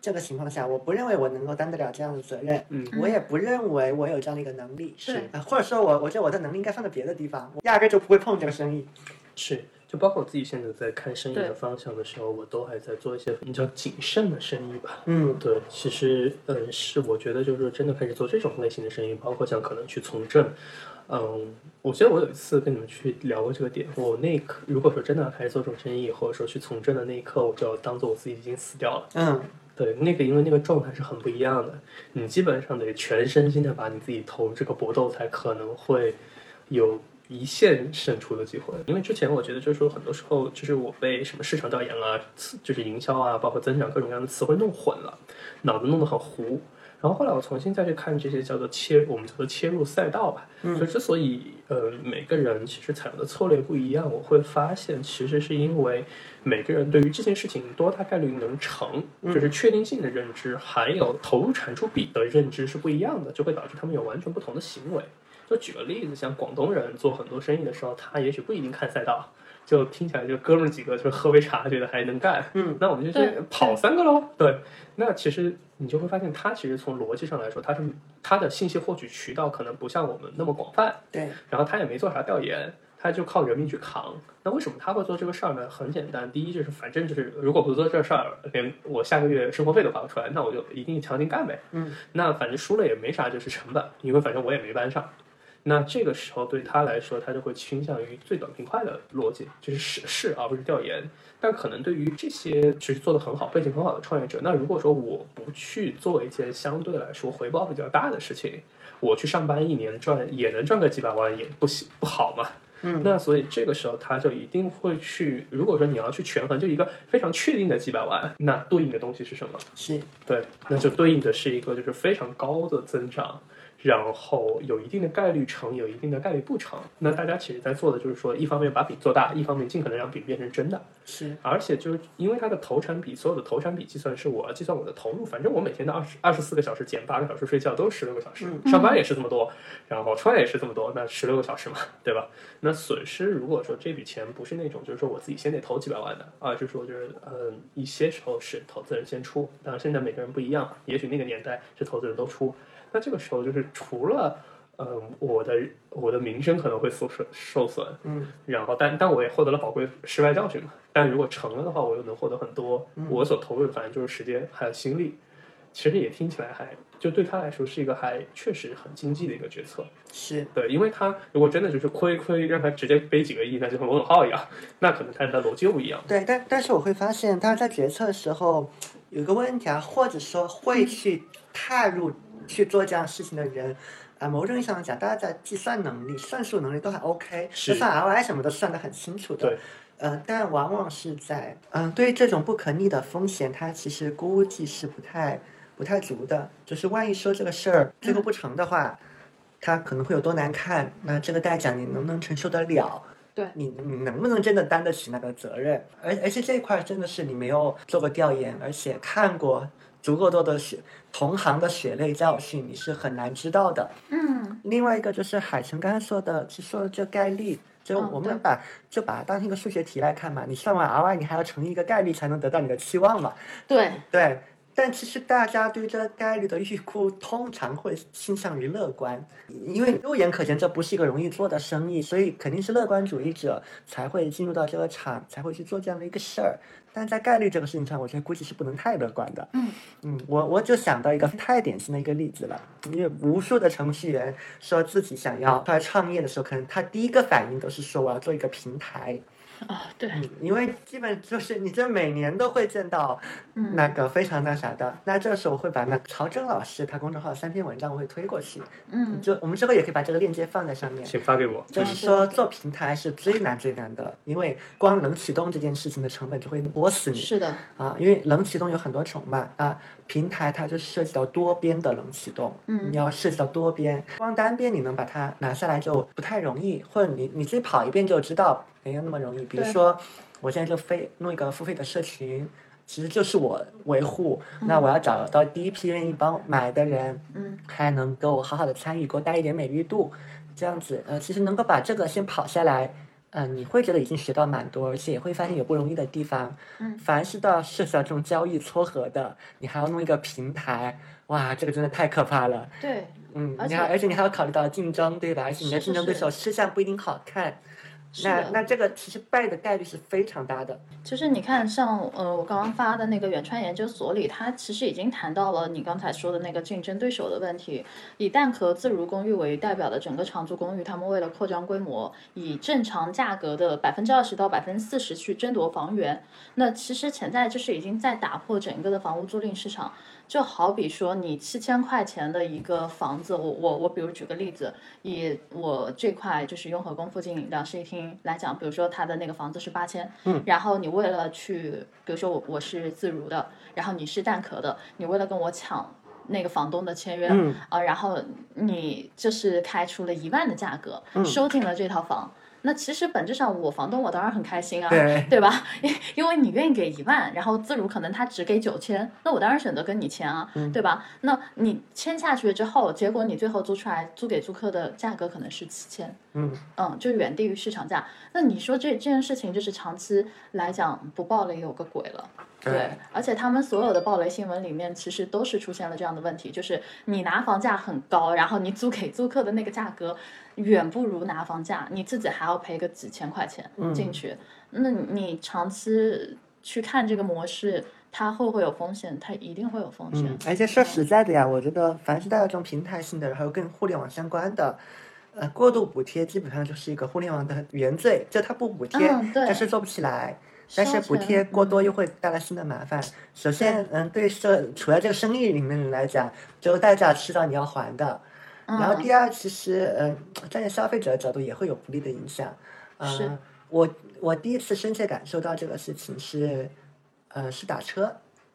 Speaker 2: 这个情况下，我不认为我能够担得了这样的责任，
Speaker 4: 嗯
Speaker 2: 我也不认为我有这样的一个能力，
Speaker 5: 是
Speaker 2: 啊，或者说我我觉得我的能力应该放在别的地方，我压根儿就不会碰这个生意，
Speaker 4: 是，就包括我自己现在在看生意
Speaker 5: 对
Speaker 4: 的方向的时候，我都还在做一些比较谨慎的生意吧。
Speaker 2: 嗯，
Speaker 4: 对，其实嗯，是我觉得就是真的开始做这种类型的生意，包括像可能去从政，嗯，我记得我有一次跟你们去聊过这个点，我那一刻如果说真的要开始做这种生意，或者说去从政的那一刻，我就要当做我自己已经死掉了。
Speaker 2: 嗯，
Speaker 4: 对，那个因为那个状态是很不一样的，你基本上得全身心的把你自己投入这个搏斗，才可能会有一线胜出的机会。因为之前我觉得就是说，很多时候就是我被什么市场调研啊，词就是营销啊，包括增长各种各样的词汇弄混了，脑子弄得很糊。然后后来我重新再去看这些叫做切，我们叫做切入赛道吧。嗯，就之所以呃每个人其实采用的策略不一样，我会发现其实是因为每个人对于这件事情多大概率能成，就是确定性的认知，还有投入产出比的认知是不一样的，就会导致他们有完全不同的行为。就举个例子，像广东人做很多生意的时候，他也许不一定看赛道。就听起来就哥们儿几个，就是喝杯茶，觉得还能干。嗯，那我们就
Speaker 5: 对
Speaker 4: 去跑三个喽。对，那其实你就会发现，他其实从逻辑上来说，他是他的信息获取渠道可能不像我们那么广泛，
Speaker 2: 对，
Speaker 4: 然后他也没做啥调研，他就靠人民去扛。那为什么他会做这个事儿呢？很简单，第一就是反正就是如果不做这事儿，连我下个月生活费都发不出来，那我就一定强行干呗。
Speaker 2: 嗯，
Speaker 4: 那反正输了也没啥，就是成本，因为反正我也没搬上。那这个时候对他来说，他就会倾向于最短平快的逻辑，就是实事而不是调研。但可能对于这些其实做的很好、背景很好的创业者，那如果说我不去做一件相对来说回报比较大的事情，我去上班一年赚也能赚个几百万，也不行不好嘛。
Speaker 2: 嗯
Speaker 4: 那所以这个时候他就一定会去，如果说你要去权衡，就一个非常确定的几百万，那对应的东西是什么？
Speaker 2: 是，
Speaker 4: 对，那就对应的是一个就是非常高的增长，然后有一定的概率成，有一定的概率不成。那大家其实在做的就是说，一方面把饼做大，一方面尽可能让饼变成真的。
Speaker 2: 是，
Speaker 4: 而且就是因为它的投产比，所有的投产比计算是我计算我的投入，反正我每天的二十二十四个小时减八个小时睡觉都是十六个小时，
Speaker 2: 嗯
Speaker 4: 上班也是这么多，然后创业也是这么多，那十六个小时嘛，对吧？那损失如果说这笔钱不是那种就是说我自己先得投几百万的，而是说就是嗯一些时候是投资人先出，当然现在每个人不一样，也许那个年代是投资人都出，那这个时候就是除了。嗯，我的我的名声可能会受损受损，
Speaker 2: 嗯，
Speaker 4: 然后但但我也获得了宝贵失败教训嘛。但如果成了的话，我又能获得很多。
Speaker 2: 嗯
Speaker 4: 我所投入的反正就是时间还有心力，其实也听起来还就对他来说是一个还确实很经济的一个决策。
Speaker 2: 是，
Speaker 4: 对，因为他如果真的就是亏亏让他直接背几个亿，那就和罗永浩一样，那可能他的逻辑又不一样。
Speaker 2: 对，但但是我会发现，他在决策的时候有一个问题啊，或者说
Speaker 4: 嗯
Speaker 2: 会去踏入去做这样事情的人。啊，某种意义上讲，大家在计算能力、算术能力都还 OK，就是算 ROI 什么都算得很清楚的。
Speaker 4: 对，
Speaker 2: 呃，但往往是在，嗯、对于这种不可逆的风险，它其实估计是不太不太足的。就是万一说这个事儿最后不成的话，它可能会有多难看，那这个代价你能不能承受得了？
Speaker 5: 对
Speaker 2: 你你能不能真的担得起那个责任？而而且这一块真的是你没有做过调研，而且看过足够多的血同行的血泪教训，你是很难知道的。
Speaker 5: 嗯，
Speaker 2: 另外一个就是海城刚才说的，是说的这概率，就
Speaker 5: 嗯
Speaker 2: 我
Speaker 5: 对
Speaker 2: 们把、就把它当成一个数学题来看嘛。你算完 RY，你还要乘以一个概率才能得到你的期望嘛。
Speaker 5: 对，
Speaker 2: 对，但其实大家对这个概率的预估通常会倾向于乐观，因为肉眼可见这不是一个容易做的生意，所以肯定是乐观主义者才会进入到这个场，才会去做这样的一个事儿。但在概率这个事情上，我觉得估计是不能太乐观的。
Speaker 5: 嗯
Speaker 2: 嗯，我我就想到一个太典型的一个例子了，因为无数的程序员说自己想要出来创业的时候，可能他第一个反应都是说我要做一个平台，
Speaker 5: 啊，对，
Speaker 2: 嗯，因为基本就是你这每年都会见到
Speaker 5: 嗯
Speaker 2: 那个非常那啥的。那这时候我会把那曹征老师他公众号三篇文章我会推过去，
Speaker 5: 嗯，
Speaker 2: 就我们之后也可以把这个链接放在上面。
Speaker 4: 请发给我。
Speaker 2: 就是说做平台是最难最难的，因为光冷启动这件事情的成本就会磨死你
Speaker 5: 是的，
Speaker 2: 啊！因为冷启动有很多种嘛啊，平台它就涉及到多边的冷启动，
Speaker 5: 嗯
Speaker 2: 你要涉及到多边，光单边你能把它拿下来就不太容易，或者你你自己跑一遍就知道没有那么容易。比如
Speaker 5: 对
Speaker 2: 说，我现在就非弄一个付费的社群，其实就是我维护，那我要找到第一批愿意帮我买的人，
Speaker 5: 嗯，
Speaker 2: 还能给我好好的参与，给我带一点美誉度，这样子，呃，其实能够把这个先跑下来。嗯、你会觉得已经学到蛮多，而且也会发现有不容易的地方。
Speaker 5: 嗯
Speaker 2: 凡是都要涉及到这种交易撮合的，你还要弄一个平台，哇，这个真的太可怕了。
Speaker 5: 对，
Speaker 2: 嗯，
Speaker 5: 而
Speaker 2: 你还
Speaker 5: 且
Speaker 2: 而且你还要考虑到竞争，对吧？而且你的
Speaker 5: 是
Speaker 2: 竞争对
Speaker 5: 是
Speaker 2: 手吃相不一定好看，
Speaker 5: 是
Speaker 2: 那
Speaker 5: 的
Speaker 2: 那这个其实败的概率是非常大的。
Speaker 5: 就是你看像，呃，我刚刚发的那个远川研究所里，它其实已经谈到了你刚才说的那个竞争对手的问题。以蛋壳自如公寓为代表的整个长租公寓，他们为了扩张规模，以正常价格的百分之二十到百分之四十去争夺房源。那其实潜在就是已经在打破整个的房屋租赁市场。就好比说，你七千块钱的一个房子，我我我，比如举个例子，以我这块就是雍和宫附近两室一厅来讲，比如说它的那个房子是八千，嗯，然后你为了去，比如说我我是自如的，然后你是蛋壳的，你为了跟我抢那个房东的签约，
Speaker 2: 嗯
Speaker 5: 呃，然后你就是开出了一万的价格，收进了这套房。那其实本质上，我房东我当然很开心啊，
Speaker 2: 对
Speaker 5: 吧？因因为你愿意给一万，然后自如可能他只给九千，那我当然选择跟你签啊，对吧？那你签下去之后，结果你最后租出来租给租客的价格可能是七千，
Speaker 2: 嗯
Speaker 5: 嗯，就远低于市场价。那你说这这件事情，就是长期来讲不爆雷有个鬼了。对，而且他们所有的暴雷新闻里面，其实都是出现了这样的问题，就是你拿房价很高，然后你租给租客的那个价格远不如拿房价，你自己还要赔个几千块钱
Speaker 2: 嗯
Speaker 5: 进去，那你长期去看这个模式，它会不会有风险？它一定会有风险。
Speaker 2: 嗯，而且说实在的呀，我觉得凡是带有这种平台性的，然后跟互联网相关的，呃，过度补贴基本上就是一个互联网的原罪，就它不补贴，
Speaker 5: 嗯对
Speaker 2: 但是做不起来。但是
Speaker 5: 烧
Speaker 2: 补
Speaker 5: 钱嗯
Speaker 2: 贴过多又会带来新的麻烦。首先，嗯，对社处在这个生意里面的人来讲，这个代价迟早你要还的。
Speaker 5: 嗯
Speaker 2: 哎然后第二，其实，嗯，站在消费者的角度也会有不利的影响。呃、
Speaker 5: 是
Speaker 2: 我我第一次深切感受到这个事情是，呃，是打车。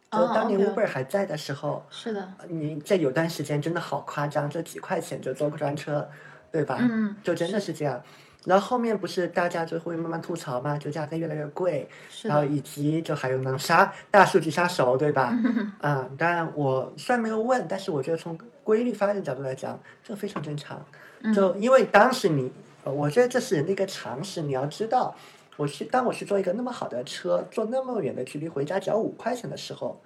Speaker 2: 就
Speaker 5: 哦
Speaker 2: 当年
Speaker 5: OK
Speaker 2: Uber 还在的时候，
Speaker 5: 是的，
Speaker 2: 你这有段时间真的好夸张，这几块钱就坐个专车，对吧？
Speaker 5: 嗯
Speaker 2: 就真的是这样。然后后面不是大家就会慢慢吐槽嘛，就价格越来越贵，
Speaker 5: 是
Speaker 2: 然后
Speaker 5: 的，
Speaker 2: 以及就还有那种杀大数据杀手，对 吧？嗯，当然我虽然没有问，但是我觉得从规律发展角度来讲，这非常正常。
Speaker 5: 嗯
Speaker 2: 就因为当时你，呃我觉得这是人的一个常识，你要知道，我去当我去坐一个那么好的车，坐那么远的距离回家只要五块钱的时候，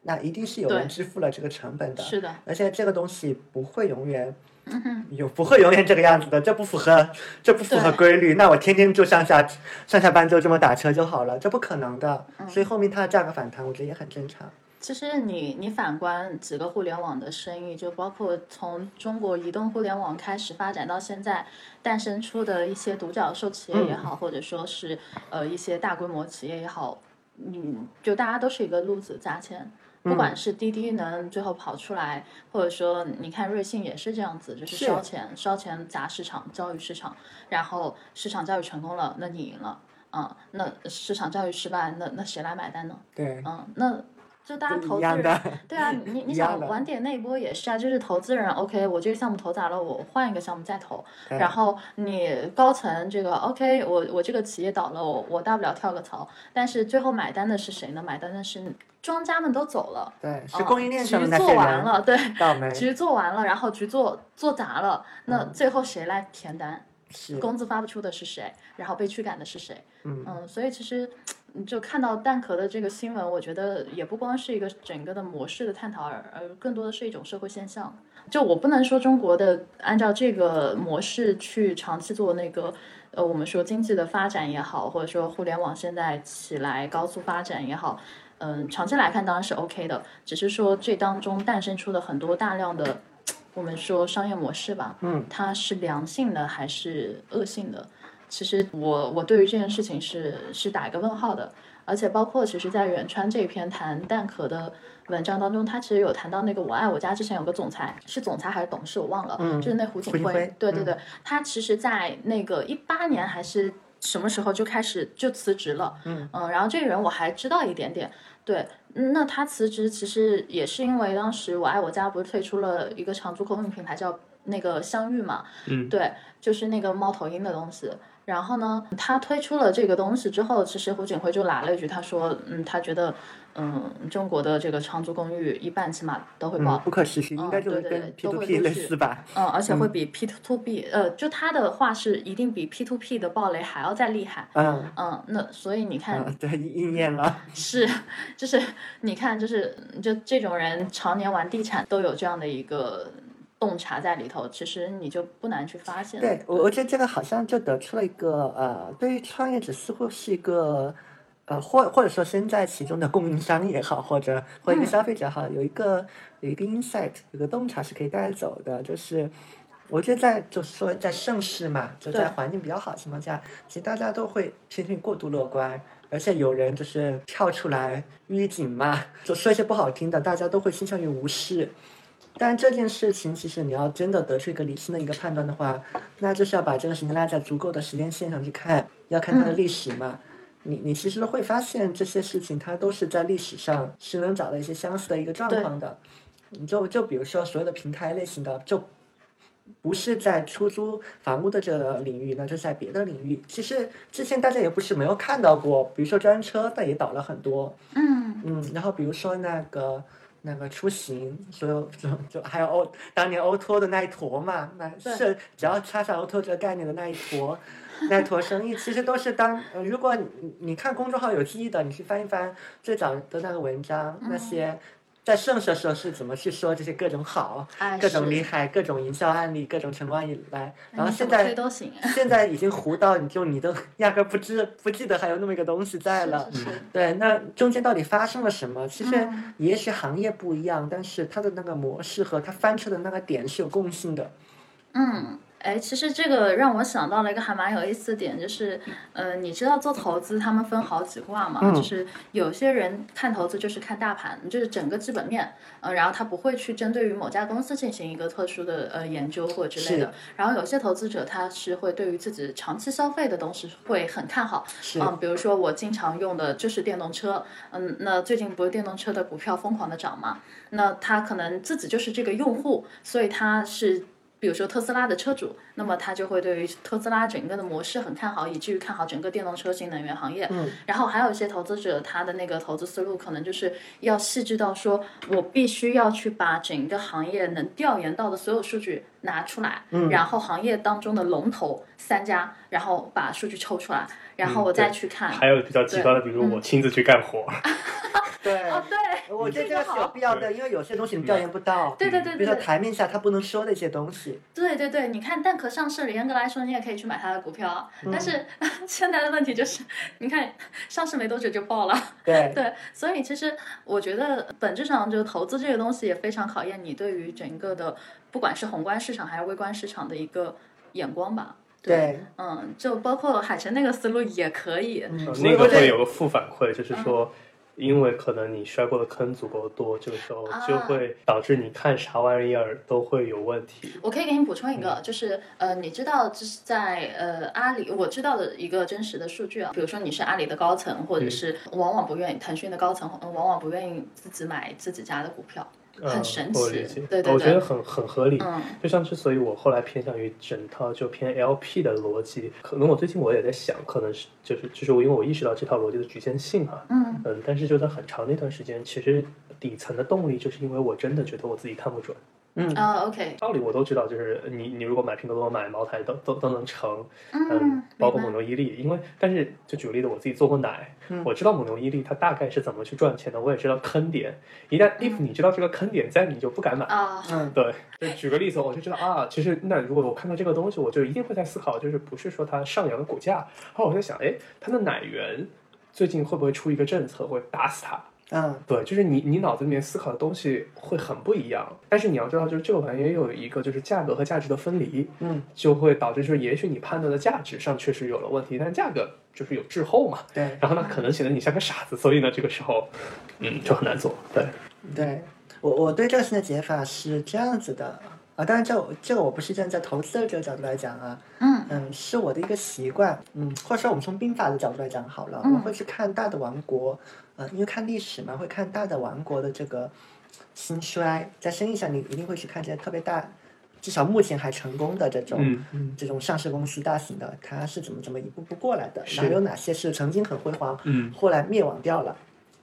Speaker 2: 那一定是有人
Speaker 5: 对
Speaker 2: 支付了这个成本的。
Speaker 5: 是的，
Speaker 2: 而且这个东西不会永远，
Speaker 5: 嗯
Speaker 2: 有不会永远这个样子的，这不符合，这不符合
Speaker 5: 对
Speaker 2: 规律。那我天天就上下上下班就这么打车就好了，这不可能的。
Speaker 5: 嗯
Speaker 2: 所以后面它的价格反弹，我觉得也很正常。
Speaker 5: 其实你你反观几个互联网的生意，就包括从中国移动互联网开始发展到现在，诞生出的一些独角兽企业也好，或者说是呃一些大规模企业也好，嗯，就大家都是一个路子砸钱。不管是滴滴能最后跑出来，或者说你看瑞幸也是这样子，就是
Speaker 2: 是
Speaker 5: 烧钱、烧钱砸市场、教育市场，然后市场教育成功了，那你赢了，啊、那市场教育失败，那那谁来买单呢？
Speaker 2: 对，
Speaker 5: 嗯，那就大家
Speaker 2: 就
Speaker 5: 投
Speaker 2: 一
Speaker 5: 资
Speaker 2: 样的
Speaker 5: 人，对啊，你你
Speaker 2: 一样
Speaker 5: 想
Speaker 2: 的
Speaker 5: 晚点那一波也是啊，就是投资人，OK，我这个项目投砸了，我换一个项目再投，
Speaker 2: 对
Speaker 5: 然后你高层这个 OK，我我这个企业倒了，我我大不了跳个槽，但是最后买单的是谁呢？买单的是庄家们都走了，
Speaker 2: 对，是
Speaker 5: 啊
Speaker 2: 供应链上的
Speaker 5: 局
Speaker 2: 那些
Speaker 5: 做完
Speaker 2: 人
Speaker 5: 了，对，
Speaker 2: 倒霉，
Speaker 5: 局做完了，然后局做做砸了，
Speaker 2: 嗯
Speaker 5: 那最后谁来填单？
Speaker 2: 是
Speaker 5: 工资发不出的是谁，然后被驱赶的是谁。
Speaker 2: 嗯
Speaker 5: 所以其实你就看到蛋壳的这个新闻，我觉得也不光是一个整个的模式的探讨，而而更多的是一种社会现象。就我不能说中国的按照这个模式去长期做那个。呃，我们说经济的发展也好，或者说互联网现在起来高速发展也好，嗯、长期来看当然是 OK 的，只是说这当中诞生出了很多大量的我们说商业模式吧，嗯，它是良性的还是恶性的？其实我我对于这件事情是是打一个问号的，而且包括其实，在远川这篇谈蛋壳的文章当中，他其实有谈到那个我爱我家之前有个总裁是总裁还是董事我忘了，就是嗯那胡锦嗯
Speaker 2: 胡锦辉
Speaker 5: 对对对，他其实，在那个一八年还是什么时候就开始就辞职了，嗯然后这个人我还知道一点点，对，嗯那他辞职其实也是因为当时我爱我家不是推出了一个长租公寓品牌叫那个相遇嘛，
Speaker 4: 嗯
Speaker 5: 对，就是那个猫头鹰的东西。然后呢，他推出了这个东西之后，其实胡锦辉就来了一句，他说，嗯，他觉得，嗯，中国的这个长租公寓一半起码都会爆
Speaker 2: 嗯，，不可持续，应该
Speaker 5: 嗯
Speaker 2: 就是
Speaker 5: 对
Speaker 2: 跟
Speaker 5: 对
Speaker 2: P
Speaker 5: 都
Speaker 2: to
Speaker 5: 会
Speaker 2: P
Speaker 5: 陆
Speaker 2: 类
Speaker 5: 续
Speaker 2: 似吧？
Speaker 5: 嗯，而且会比 P to B，、呃，就他的话是一定比 P to P 的暴雷还要再厉害。
Speaker 2: 嗯
Speaker 5: 嗯，那所以你看，
Speaker 2: 嗯，对，应验了。
Speaker 5: 是，就是你看，就是就这种人常年玩地产都有这样的一个洞察在里头，其实你就不难去发现。
Speaker 2: 对，我我觉得这个好像就得出了一个呃，对于创业者似乎是一个呃，或或者说身在其中的供应商也好，或者或者一个
Speaker 5: 嗯
Speaker 2: 消费者也好，有一个有一个 insight，有个洞察是可以带走的，就是。我觉得在就是说在盛世嘛，就在
Speaker 5: 对
Speaker 2: 环境比较好的情况下，其实大家都会偏向于过度乐观，而且有人就是跳出来预警嘛，就说一些不好听的，大家都会倾向于无视。但这件事情，其实你要真的得出一个理性的一个判断的话，那就是要把这个事情拉在足够的时间线上去看，要看它的历史嘛。你你其实会发现这些事情，它都是在历史上是能找到一些相似的一个状况的。你就就比如说所有的平台类型的，就不是在出租房屋的这个领域，那就在别的领域。其实之前大家也不是没有看到过，比如说专车，但也倒了很多。
Speaker 5: 嗯，
Speaker 2: 嗯，然后比如说那个那个出行，所有就就还有欧当年欧托的那一坨嘛，那
Speaker 5: 对
Speaker 2: 是只要插上欧托这个概念的那一坨，那一坨生意其实都是当、呃如果你你看公众号有记忆的，你去翻一翻最早的那个文章，那
Speaker 5: 嗯
Speaker 2: 些在盛世的时候是怎么去说这些各种好、
Speaker 5: 哎，
Speaker 2: 各种厉
Speaker 5: 害，
Speaker 2: 害、各种营销案例、各种成功案例来，然后
Speaker 5: 哎你怎
Speaker 2: 现
Speaker 5: 么
Speaker 2: 在
Speaker 5: 推都行，啊
Speaker 2: 现在已经糊到你就你都 压根儿不知不记得还有那么一个东西在了。嗯
Speaker 5: 是是是，
Speaker 2: 对，那中间到底发生了什么？其实
Speaker 5: 嗯
Speaker 2: 也许行业不一样，但是它的那个模式和它翻车的那个点是有共性的。
Speaker 5: 嗯，哎，其实这个让我想到了一个还蛮有意思的点，就是，呃，你知道做投资他们分好几卦嘛，
Speaker 2: 嗯
Speaker 5: 就是有些人看投资就是看大盘，就是整个基本面，呃，然后他不会去针对于某家公司进行一个特殊的呃研究或之类的
Speaker 2: 是。
Speaker 5: 然后有些投资者他是会对于自己长期消费的东西会很看好，
Speaker 2: 是，
Speaker 5: 嗯，比如说我经常用的就是电动车，嗯，那最近不是电动车的股票疯狂的涨嘛？那他可能自己就是这个用户，所以他是。比如说特斯拉的车
Speaker 2: 嗯
Speaker 5: 主，那么他就会对于特斯拉整个的模式很看好，以至于看好整个电动车新能源行业。
Speaker 2: 嗯，
Speaker 5: 然后还有一些投资者，他的那个投资思路可能就是要细致到说，我必须要去把整个行业能调研到的所有数据拿出来，
Speaker 2: 嗯
Speaker 5: 然后行业当中的龙头三家，然后把数据抽出来，然后
Speaker 4: 嗯
Speaker 5: 我再
Speaker 4: 对
Speaker 5: 去看。
Speaker 4: 还有比较极端的，比如我亲自去干活，
Speaker 2: 对，
Speaker 5: 哦，对，
Speaker 2: 我觉得
Speaker 5: 这
Speaker 2: 这
Speaker 5: 个
Speaker 2: 个是有
Speaker 5: 好，
Speaker 2: 必要的，因为有些东西你调研不到。
Speaker 5: 对对对
Speaker 2: 比
Speaker 5: 对
Speaker 2: 如说
Speaker 5: 对
Speaker 2: 台面下他不能说的一些东西，
Speaker 5: 对对对，你看蛋壳上市了，严格来说你也可以去买它的股票啊，
Speaker 2: 嗯
Speaker 5: 但是 现在的问题就是，你看上市没多久就爆了，
Speaker 2: 对，
Speaker 5: 对，所以其实我觉得本质上就投资这个东西也非常考验你对于整个的，不管是宏观市场还是微观市场的一个眼光吧。
Speaker 2: 对
Speaker 5: 嗯，就包括海晨那个思路也可以，
Speaker 2: 嗯
Speaker 4: 那个
Speaker 2: 我嗯觉
Speaker 4: 会
Speaker 2: 得
Speaker 4: 有个负反馈，就是说，因为可能你摔过的坑足够多，这个时候
Speaker 2: 啊
Speaker 4: 就会导致你看啥玩意儿都会有问题。
Speaker 5: 我可以给你补充一
Speaker 4: 嗯
Speaker 5: 个，就是呃，你知道就是在呃阿里，我知道的一个真实的数据啊，比如说你是阿里的高层，或者是
Speaker 4: 嗯
Speaker 5: 往往不愿意腾讯的高层，呃往往不愿意自己买自己家的股票，很
Speaker 4: 嗯
Speaker 5: 神
Speaker 4: 我
Speaker 5: 奇
Speaker 4: 理解，
Speaker 5: 对对
Speaker 4: 我觉得
Speaker 5: 对，
Speaker 4: 很很合理。
Speaker 5: 嗯
Speaker 4: 就像之所以我后来偏向于整套就偏 LP 的逻辑，可能我最近我也在想，可能是就是就是我因为我意识到这套逻辑的局限性啊，
Speaker 5: 嗯
Speaker 4: 嗯，但是就在很长的一段时间，其实底层的动力就是因为我真的觉得我自己看不准。
Speaker 2: 嗯，
Speaker 5: 啊，OK，
Speaker 4: 道理我都知道，就是你你如果买拼多多、买茅台都都都能成，
Speaker 5: 嗯
Speaker 4: 嗯，包括
Speaker 5: 明白
Speaker 4: 蒙牛伊利，因为但是就举个例子，我自己做过奶，
Speaker 2: 嗯
Speaker 4: 我知道蒙牛伊利它大概是怎么去赚钱的，我也知道坑点。一旦
Speaker 5: 嗯
Speaker 4: if 你知道这个坑点在，你就不敢买。
Speaker 5: 啊，
Speaker 2: 嗯，
Speaker 4: 对，就举个例子，我就知道啊，其实那如果我看到这个东西，我就一定会在思考，就是不是说它上扬的股价，然后我在想，哎，它的奶源最近会不会出一个政策会打死它？
Speaker 2: 嗯，
Speaker 4: 对，就是你你脑子里面思考的东西会很不一样，但是你要知道，就是这个玩意儿有一个就是价格和价值的分离，
Speaker 2: 嗯，
Speaker 4: 就会导致就是也许你判断的价值上确实有了问题，但价格就是有滞后嘛，
Speaker 2: 对
Speaker 4: 然后呢可能显得你像个傻子，所以呢这个时候，嗯，就很难做，对，
Speaker 2: 对，我我对这个事情的解法是这样子的啊，当然这我这个我不是站在投资的这个角度来讲啊，
Speaker 5: 嗯
Speaker 2: 嗯，是我的一个习惯，嗯，或者说我们从兵法的角度来讲好了，
Speaker 5: 嗯
Speaker 2: 我会去看大的王国，呃，因为看历史嘛，会看大的王国的这个兴衰，在生意上你一定会去看这些特别大，至少目前还成功的这种。
Speaker 4: 嗯嗯
Speaker 2: 这种上市公司大型的，它是怎么怎么一步步过来的？
Speaker 4: 是
Speaker 2: 哪有哪些是曾经很辉煌，
Speaker 4: 嗯
Speaker 2: 后来灭亡掉了？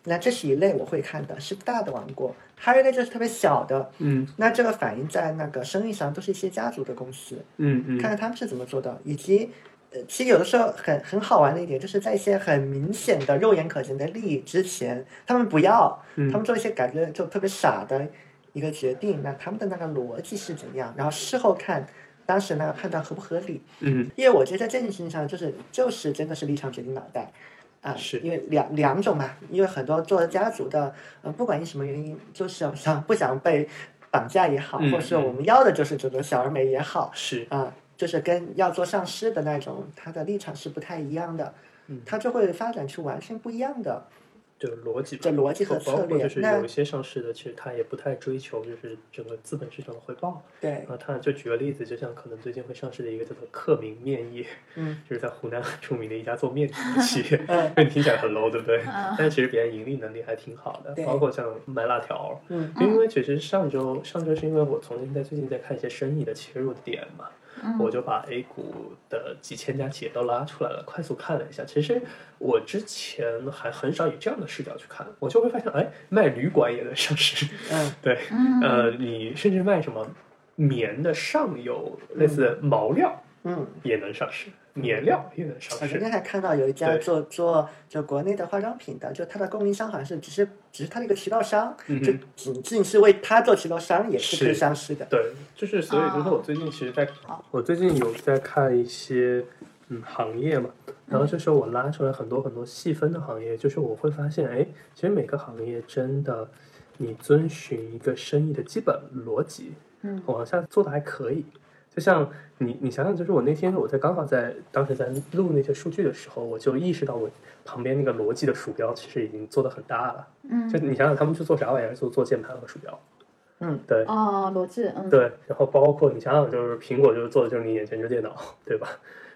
Speaker 2: 那这是一类我会看的，是大的王国；还有一类就是特别小的。
Speaker 4: 嗯
Speaker 2: 那这个反映在那个生意上，都是一些家族的公司。
Speaker 4: 嗯
Speaker 2: 看
Speaker 4: 嗯，
Speaker 2: 看他们是怎么做到，以及呃，其实有的时候很很好玩的一点，就是在一些很明显的肉眼可见的利益之前，他们不要，
Speaker 4: 嗯
Speaker 2: 他们做一些感觉就特别傻的一个决定，那他们的那个逻辑是怎样，然后事后看。当时那个判断合不合理？
Speaker 4: 嗯，
Speaker 2: 因为我觉得在这件事情上，就是就是真的是立场决定脑袋，啊，
Speaker 4: 是
Speaker 2: 因为两两种嘛，因为很多做家族的，呃，不管因什么原因，就是想不想被绑架也好，
Speaker 4: 嗯
Speaker 2: 或者是
Speaker 4: 嗯
Speaker 2: 我们要的就是这种小而美也好，
Speaker 4: 是
Speaker 2: 啊、就是跟要做上市的那种，他的立场是不太一样的。它就会发展出完全不一样的。
Speaker 4: 就是逻辑吧，
Speaker 2: 这逻辑和
Speaker 4: 包
Speaker 2: 策
Speaker 4: 括
Speaker 2: 略
Speaker 4: 就是
Speaker 2: 那
Speaker 4: 有一些上市的，其实它也不太追求就是整个资本市场的回报。
Speaker 2: 对，
Speaker 4: 啊，它就举个例子，就像可能最近会上市的一个叫做克明面业，
Speaker 2: 嗯，
Speaker 4: 就是在湖南很出名的一家做 面食的企业
Speaker 2: 嗯，
Speaker 4: 听起来很 low，对不对？但其实别人盈利能力还挺好的
Speaker 2: 对，
Speaker 4: 包括像卖辣条，
Speaker 2: 嗯，
Speaker 4: 因为其实上周上周是因为我重新在最近在看一些生意的切入点嘛，
Speaker 5: 嗯
Speaker 4: 我就把 A 股的几千家企业都拉出来了，快速看了一下。其实我之前还很少以这样的视角去看，我就会发现，哎，卖旅馆也能上市，
Speaker 2: 嗯，
Speaker 4: 对，呃，你甚至卖什么棉的上游，类似毛料
Speaker 2: 嗯，
Speaker 4: 也能上市，棉料也能上
Speaker 2: 我今
Speaker 4: 市
Speaker 2: 天，还看到有一啊家
Speaker 4: 对
Speaker 2: 做做就国内的化妆品的，就它的供应商好像是只是只是它的一个渠道商，
Speaker 4: 嗯哼
Speaker 2: 就仅仅是为它做渠道商也是可以
Speaker 4: 是
Speaker 2: 上市的。
Speaker 4: 对，就是所以
Speaker 5: 啊
Speaker 4: 就是我最近其实在，我最近有在看一些嗯行业嘛，然后这时候我拉出来很多很多细分的行业，就是我会发现，哎，其实每个行业真的，你遵循一个生意的基本逻辑，
Speaker 5: 嗯，
Speaker 4: 往下做的还可以。就像你，你想想，就是我那天我在刚好在当时在录那些数据的时候，我就意识到我旁边那个逻辑的鼠标其实已经做的很大了。
Speaker 5: 嗯
Speaker 4: 就你想想，他们去做啥玩意儿？做做键盘和鼠标。
Speaker 2: 嗯，
Speaker 4: 对。
Speaker 5: 哦，逻辑，嗯，
Speaker 4: 对，然后包括你想想，就是苹果就是做的就是你眼前这电脑，对吧？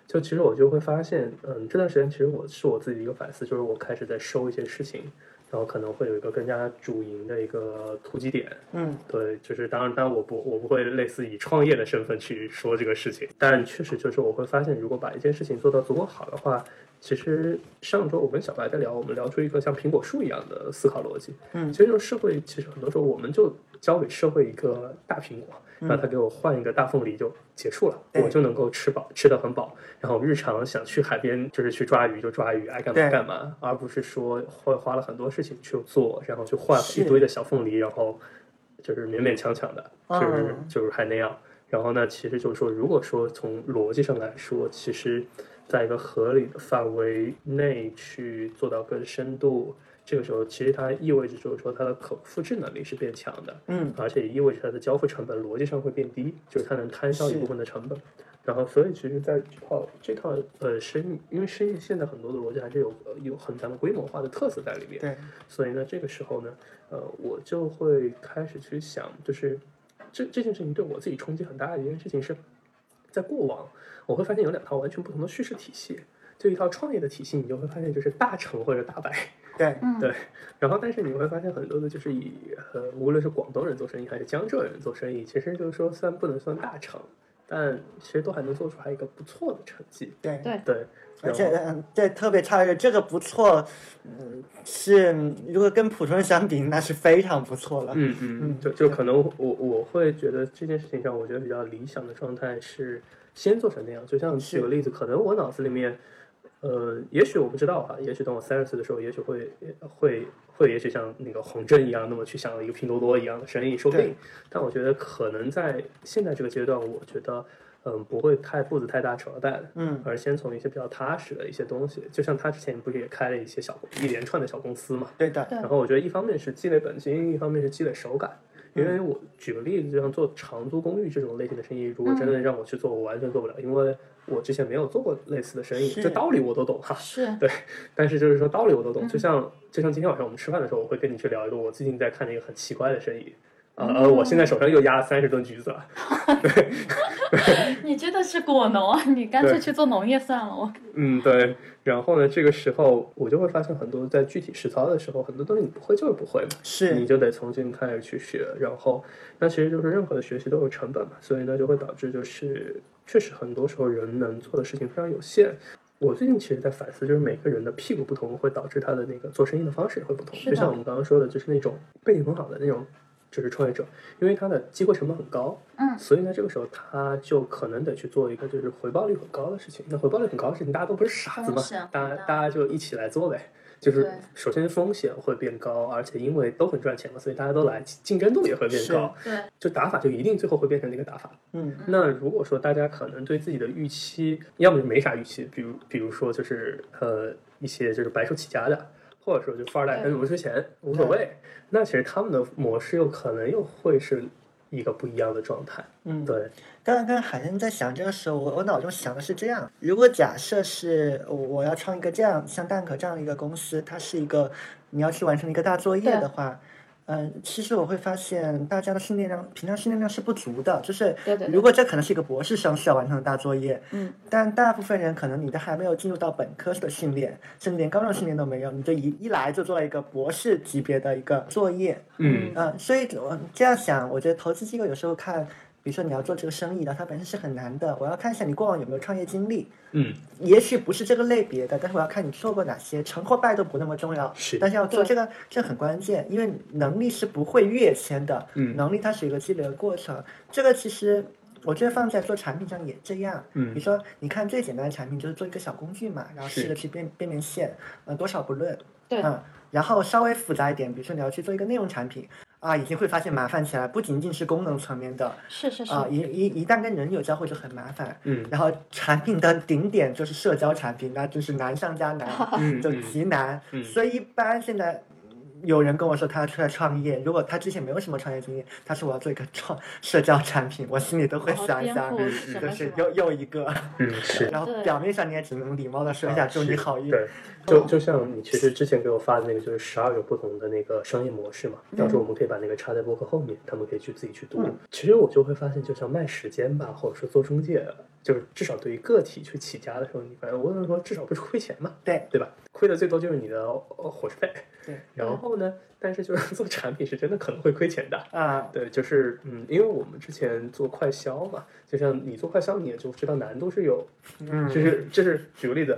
Speaker 4: 就其实我就会发现，嗯，这段时间其实我是我自己的一个反思，就是我开始在收一些事情，然后可能会有一个更加主营的一个突击点。
Speaker 2: 嗯，
Speaker 4: 对，就是当然，当然我不我不会类似以创业的身份去说这个事情，但确实就是我会发现，如果把一件事情做到足够好的话，其实上周我跟小白在聊，我们聊出一个像苹果树一样的思考逻辑。
Speaker 2: 嗯
Speaker 4: 其实就是社会，其实很多时候我们就交给社会一个大苹果，让他给我换一个大凤梨就结束了，
Speaker 2: 嗯对
Speaker 4: 我就能够吃饱，吃得很饱。然后日常想去海边就是去抓鱼就抓鱼，爱干嘛
Speaker 2: 对
Speaker 4: 干嘛，而不是说会花了很多事情去做，然后去换
Speaker 2: 是
Speaker 4: 一堆的小凤梨，然后就是勉勉强强的，就是
Speaker 2: 嗯
Speaker 4: 就是还那样。然后呢，其实就是说，如果说从逻辑上来说，其实在一个合理的范围内去做到更深度，这个时候其实它意味着就是说它的可复制能力是变强的，
Speaker 2: 嗯，
Speaker 4: 而且也意味着它的交付成本逻辑上会变低，就是它能摊销一
Speaker 2: 是
Speaker 4: 部分的成本。然后，所以其实在这套这套呃生意，因为生意现在很多的逻辑还是有呃有很强的规模化的特色在里面。
Speaker 2: 对，
Speaker 4: 所以呢，这个时候呢，呃，我就会开始去想，就是这这件事情对我自己冲击很大的一件事情是，在过往我会发现有两套完全不同的叙事体系。就一套创业的体系，你就会发现就是大成或者大白，
Speaker 2: 对，
Speaker 4: 对。然后，但是你会发现很多的，就是以呃，无论是广东人做生意还是江浙人做生意，其实就是说虽然不能算大成，但其实都还能做出来一个不错的成绩。
Speaker 2: 对，
Speaker 5: 对
Speaker 4: 对，
Speaker 2: 而
Speaker 4: 然
Speaker 2: 且
Speaker 4: 后
Speaker 2: 嗯，对，特别差一个，这个不错，嗯，是如果跟普通人相比，那是非常不错 了。
Speaker 4: 嗯嗯
Speaker 2: 嗯
Speaker 4: 嗯，就就可能我我会觉得这件事情上，我觉得比较理想的状态是先做成那样。就像举个例子，可能我脑子里面，呃，也许我不知道哈，也许等我三十岁的时候，也许会会会，也许像那个洪震一样，那么去想一个拼多多一样的生意，说不
Speaker 2: 对
Speaker 4: 定。但我觉得可能在现在这个阶段，我觉得。嗯，不会太步子太大扯淡，
Speaker 2: 嗯
Speaker 4: 而先从一些比较踏实的一些东西，就像他之前不是也开了一些小一连串的小公司嘛，
Speaker 2: 对的，
Speaker 5: 对
Speaker 4: 然后我觉得一方面是积累本金，一方面是积累手感。因为我举个例子，就像做长租公寓这种类型的生意，如果真的让我去做，我完全做不了，因为我之前没有做过类似的生意，
Speaker 2: 是
Speaker 4: 这道理我都懂哈。
Speaker 5: 是，
Speaker 4: 对，但是就是说道理我都懂，就像就像今天晚上我们吃饭的时候，我会跟你去聊一个我最近在看的一个很奇怪的生意，呃，呃我现在手上又压了三十吨橘子了，
Speaker 5: 你真的是果农 啊！你干脆
Speaker 4: 对
Speaker 5: 去做农业算了，我
Speaker 4: 嗯，对。然后呢，这个时候我就会发现很多在具体实操的时候，很多东西你不会就是不会嘛，你
Speaker 2: 是，
Speaker 4: 就得从新开始去学。然后，那其实就是任何的学习都有成本嘛，所以呢，就会导致就是确实很多时候人能做的事情非常有限。我最近其实在反思，就是每个人的屁股不同，会导致他的那个做生意的方式也会不同。
Speaker 5: 是的
Speaker 4: 就像我们刚刚说的，就是那种背景很好的那种，就是创业者，因为他的机会成本很高，
Speaker 5: 嗯
Speaker 4: 所以呢，这个时候他就可能得去做一个就是回报率很高的事情。那回报率很高的事情，大家都不是傻子嘛
Speaker 5: 风险，
Speaker 4: 大
Speaker 5: 很
Speaker 4: 家
Speaker 5: 大
Speaker 4: 大家就一起来做呗。就是
Speaker 5: 对
Speaker 4: 首先风险会变高，而且因为都很赚钱嘛，所以大家都来，竞争度也会变高。
Speaker 5: 对，
Speaker 4: 就打法就一定最后会变成那个打法。
Speaker 2: 嗯，
Speaker 4: 那如果说大家可能对自己的预期，要么就没啥预期，比如比如说就是呃一些就是白手起家的，或者说就富二代，哎
Speaker 5: 对
Speaker 4: 但是不缺钱无所谓。那其实他们的模式有可能又会是一个不一样的状态。
Speaker 2: 嗯，
Speaker 4: 对，
Speaker 2: 刚刚跟海生在想这个时候，我我脑中想的是这样：如果假设是我我要创一个这样像蛋壳这样的一个公司，它是一个你要去完成一个大作业
Speaker 5: 对
Speaker 2: 的话，嗯、其实我会发现大家的训练量，平常训练量是不足的。就是
Speaker 5: 对对对
Speaker 2: 如果这可能是一个博士生需要完成的大作业，
Speaker 5: 嗯，
Speaker 2: 但大部分人可能你都还没有进入到本科的训练，甚至连高中训练都没有，你就一一来就做了一个博士级别的一个作业，
Speaker 4: 嗯
Speaker 2: 嗯，所以我这样想，我觉得投资机构有时候看，比如说你要做这个生意的，它本身是很难的。我要看一下你过往有没有创业经历，
Speaker 4: 嗯，
Speaker 2: 也许不是这个类别的，但是我要看你做过哪些，成或败都不那么重要。
Speaker 4: 是
Speaker 2: 但是要做
Speaker 5: 对
Speaker 2: 这个，这很关键，因为能力是不会跃迁的，
Speaker 4: 嗯
Speaker 2: 能力它是一个积累的过程。这个其实我觉得放在做产品上也这样，
Speaker 4: 嗯
Speaker 2: 你说你看最简单的产品就是做一个小工具嘛，然后
Speaker 4: 是
Speaker 2: 试着去变变变现，呃，多少不论，
Speaker 5: 对
Speaker 2: 嗯，然后稍微复杂一点，比如说你要去做一个内容产品。啊，已经会发现麻烦起来，不仅仅是功能层面的，
Speaker 5: 是是是，
Speaker 2: 啊，一一一旦跟人有交互就很麻烦。
Speaker 4: 嗯
Speaker 2: 然后产品的顶点就是社交产品，那就是难上加 难，
Speaker 4: 嗯
Speaker 2: 就
Speaker 4: 嗯
Speaker 2: 极难。
Speaker 4: 嗯
Speaker 2: 所以一般现在有人跟我说他要出来创业，如果他之前没有什么创业经验，他说我要做一个创社交产品，我心里都会
Speaker 5: 然后
Speaker 2: 想一
Speaker 5: 哦颠
Speaker 2: 想
Speaker 5: 覆，什
Speaker 2: 就
Speaker 5: 么
Speaker 2: 是
Speaker 5: 什
Speaker 2: 又
Speaker 5: 么，
Speaker 2: 又一个，
Speaker 4: 嗯是。
Speaker 2: 然后
Speaker 5: 对
Speaker 2: 表面上你也只能礼貌的说一下
Speaker 4: 啊
Speaker 2: 祝
Speaker 4: 是
Speaker 2: 你好运。
Speaker 4: 对，就就像你其实之前给我发的那个，就是十二个不同的那个商业模式嘛，到时候我们可以把那个插在博客后面，他们可以去自己去读。
Speaker 2: 嗯
Speaker 4: 其实我就会发现，就像卖时间吧，或者说做中介，就是至少对于个体去起家的时候，你反正无论说至少不是亏钱嘛，
Speaker 2: 对
Speaker 4: 对吧？亏的最多就是你的呃伙食费。
Speaker 2: 对，嗯
Speaker 4: 然后呢，但是就是 做产品是真的可能会亏钱的。
Speaker 2: 啊，
Speaker 4: 对，就是嗯，因为我们之前做快销嘛，就像你做快销，你也就知道难度是有
Speaker 2: 嗯，
Speaker 4: 就是就是举个例子，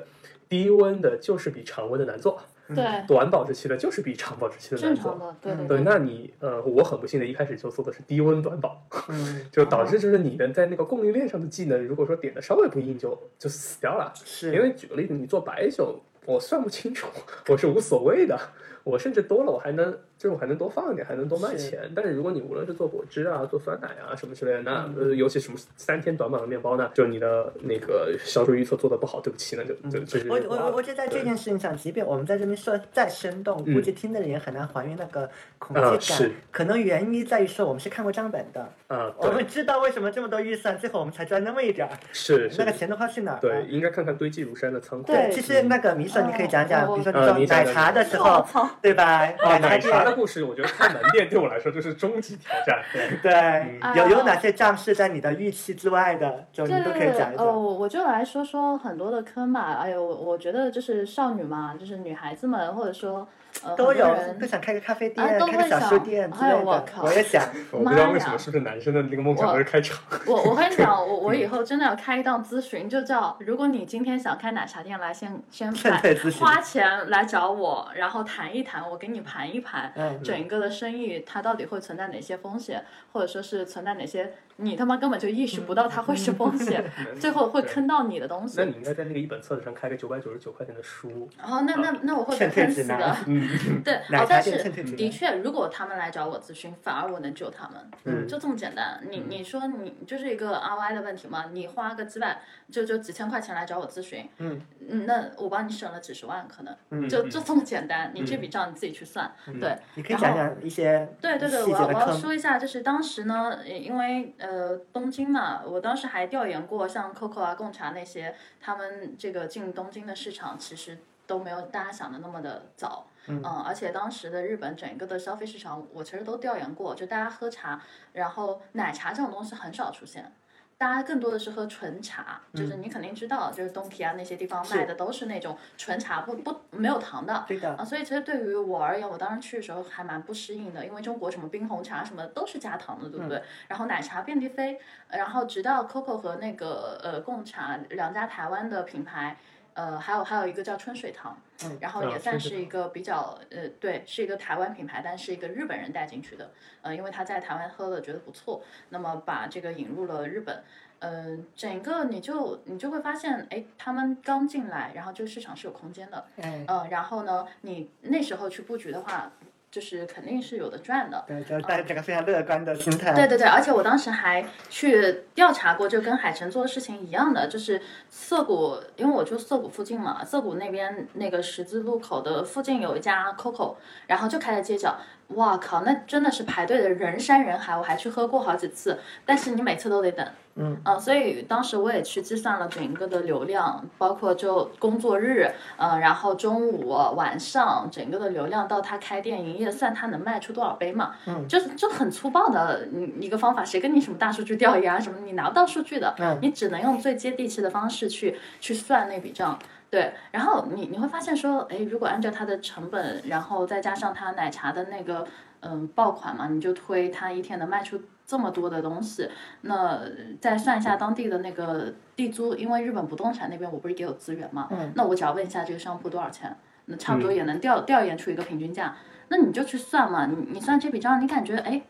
Speaker 4: 低温的就是比常温的难做，
Speaker 5: 对，
Speaker 4: 短保质期的嗯就是比长保质期的
Speaker 5: 哎正
Speaker 4: 难
Speaker 5: 常
Speaker 4: 做。
Speaker 5: 的，对
Speaker 4: 对，
Speaker 5: 对，
Speaker 4: 那你呃，我很不幸的一开始就做的是低温短保，
Speaker 2: 嗯，
Speaker 4: 就导
Speaker 5: 哦
Speaker 4: 致就是你的在那个供应链上的技能，如果说点的稍微不硬就就死掉了。
Speaker 2: 是，
Speaker 4: 因为举个例子，你做白酒，我算不清楚， 我是无所谓的，我甚至多了我还能，就是我还能多放一点，还能多卖
Speaker 2: 是
Speaker 4: 钱。但是如果你无论是做果汁啊、做酸奶啊什么之类的，那、
Speaker 2: 嗯
Speaker 4: 呃、尤其什么三天短板的面包呢，就你的那个销售预测做的不好，对不起，那就
Speaker 5: 嗯
Speaker 4: 就就是
Speaker 2: 嗯我我我我觉得在这
Speaker 4: 对
Speaker 2: 件事情上，即便我们在这边说得再生动，
Speaker 4: 嗯
Speaker 2: 估计听的人也很难还原那个恐
Speaker 4: 啊
Speaker 2: 惧感
Speaker 4: 是。
Speaker 2: 可能原因在于说我们是看过账本的，
Speaker 4: 啊，
Speaker 2: 我
Speaker 4: 对，
Speaker 2: 们知道为什么这么多预算，最后我们才赚那么一点儿，
Speaker 4: 是是
Speaker 2: 那个，钱都啊花去哪儿
Speaker 4: 对，
Speaker 2: 了？
Speaker 4: 应该看看堆积如山的仓库。
Speaker 5: 对
Speaker 2: 其实那个米婶，你可以讲讲，
Speaker 5: 哦
Speaker 2: 比如说
Speaker 4: 呃
Speaker 2: 你
Speaker 4: 你
Speaker 2: 做
Speaker 4: 讲
Speaker 2: 奶
Speaker 4: 讲
Speaker 2: 茶的时
Speaker 5: 我
Speaker 2: 候，
Speaker 5: 操，
Speaker 2: 对吧？
Speaker 4: 啊，
Speaker 2: 奶
Speaker 4: 奶茶的
Speaker 2: 店，
Speaker 4: 故事，我觉得开门店对我来说就是终极挑战。对，
Speaker 2: 对，
Speaker 5: 嗯
Speaker 2: 有有
Speaker 5: 啊
Speaker 2: 哪些账是在你的预期之外的，就你
Speaker 5: 这
Speaker 2: 都可以讲一
Speaker 5: 哦，
Speaker 2: 讲。
Speaker 5: 我就来说说很多的坑吧。哎呦，我我觉得就是少女嘛，就是女孩子们，或者说呃，
Speaker 2: 都
Speaker 5: 很多
Speaker 2: 有，
Speaker 5: 人
Speaker 2: 都 想开个咖啡
Speaker 5: 啊
Speaker 2: 店，
Speaker 5: 都
Speaker 2: 开个
Speaker 5: 会
Speaker 2: 小
Speaker 5: 想
Speaker 2: 书店之
Speaker 5: 哎
Speaker 2: 类
Speaker 5: 呦
Speaker 2: 的。
Speaker 5: 我靠
Speaker 2: 我也 想，
Speaker 4: 我不知道
Speaker 5: 妈
Speaker 4: 为什
Speaker 5: 呀
Speaker 4: 么，是不是男生的那个梦想都是开厂？
Speaker 5: 我我跟你讲，我我
Speaker 2: 嗯
Speaker 5: 以后真的要开一档咨询，就叫如果你今天想开奶茶店，来先先
Speaker 2: 劝
Speaker 5: 买
Speaker 2: 退咨询
Speaker 5: 花钱来找我，然后谈一谈，我给你盘一盘，
Speaker 2: 嗯
Speaker 5: 整个的生意它到底会存在哪些风险，或者说是存在哪些你他妈根本就意识不到它会是风 险，最后会坑到你的东西
Speaker 4: 那。你应该在那个一本册子上开个九百九十九块钱的书。
Speaker 5: 然后那那那我会被
Speaker 2: 啊劝退
Speaker 5: 坑
Speaker 2: 指
Speaker 5: 死的
Speaker 2: 南。
Speaker 4: 嗯，
Speaker 5: 对，
Speaker 2: 奶茶
Speaker 5: 哦，但
Speaker 2: 店
Speaker 5: 是
Speaker 2: 趁这几
Speaker 5: 的
Speaker 2: 年
Speaker 5: 确，如果他们来找我咨询，反而我能救他们，
Speaker 4: 嗯
Speaker 5: 就这么简单。你你说你就是一个 ROI 的问题嘛，你花个几百就就几千块钱来找我咨询，
Speaker 2: 嗯
Speaker 5: 嗯，那我帮你省了几十万，可能
Speaker 2: 嗯
Speaker 5: 就就这么简单，你这笔账你自己去算，对。
Speaker 2: 你可以讲讲一些
Speaker 5: 对对对，
Speaker 2: 细
Speaker 5: 我
Speaker 2: 节
Speaker 5: 要
Speaker 2: 的
Speaker 5: 我要说
Speaker 2: 坑。
Speaker 5: 一下，就是当时呢，呃因为呃东京嘛，我当时还调研过像 COCO 啊、贡茶那些，他们这个进东京的市场其实都没有大家想的那么的早。嗯、而且当时的日本整个的消费市场，我其实都调研过，就大家喝茶，然后奶茶这种东西很少出现，大家更多的是喝纯茶，就是
Speaker 2: 嗯
Speaker 5: 你肯定知道，就是东皮啊那些地方卖的都是那种纯茶，不不没有糖的，
Speaker 2: 对的
Speaker 5: 啊，，所以其实对于我而言，我当时去的时候还蛮不适应的，因为中国什么冰红茶什么都是加糖的，对不
Speaker 4: 嗯
Speaker 5: 对？然后奶茶遍地飞，呃然后直到 COCO 和那个呃贡茶两家台湾的品牌，呃，还有还有一个叫春水堂，然后
Speaker 4: 啊
Speaker 5: 也算
Speaker 4: 春水
Speaker 5: 是一个比较呃，对，是一个台湾品牌，但是一个日本人带进去的，呃，因为他在台湾喝了觉得不错，那么把这个引入了日本。嗯、整个你就你就会发现，哎，他们刚进来，然后这个市场是有空间的，
Speaker 2: 哎，
Speaker 5: 呃，然后呢，你那时候去布局的话，就是肯定是有的赚的。
Speaker 2: 对，就带着个非常乐观的心态。
Speaker 5: 对对对，而且我当时还去调查过，就跟海城做的事情一样的，就是涩谷，因为我住涩谷附近嘛，涩谷那边那个十字路口的附近有一家 COCO，然后就开在街角。哇靠，那真的是排队的人山人海，我还去喝过好几次，但是你每次都得等。
Speaker 2: 嗯
Speaker 5: 呃所以当时我也去计算了整个的流量，包括就工作日，呃，然后中午、晚上整个的流量到它开店营业，算它能卖出多少杯嘛。
Speaker 2: 嗯
Speaker 5: 就是就很粗暴的嗯一个方法，谁跟你什么大数据调研啊什么，你拿不到数据的，
Speaker 2: 嗯
Speaker 5: 你只能用最接地气的方式去去算那笔账。对，然后你你会发现说，哎，如果按照它的成本，然后再加上它奶茶的那个嗯爆款嘛，你就推它一天能卖出这么多的东西，那再算一下当地的那个地租，因为日本不动产那边我不是也有资源嘛，
Speaker 2: 嗯
Speaker 5: 那我只要问一下这个商铺多少钱，那差不多也能调调研出一个平均价，那你就去算嘛，你你算这笔账，你感觉哎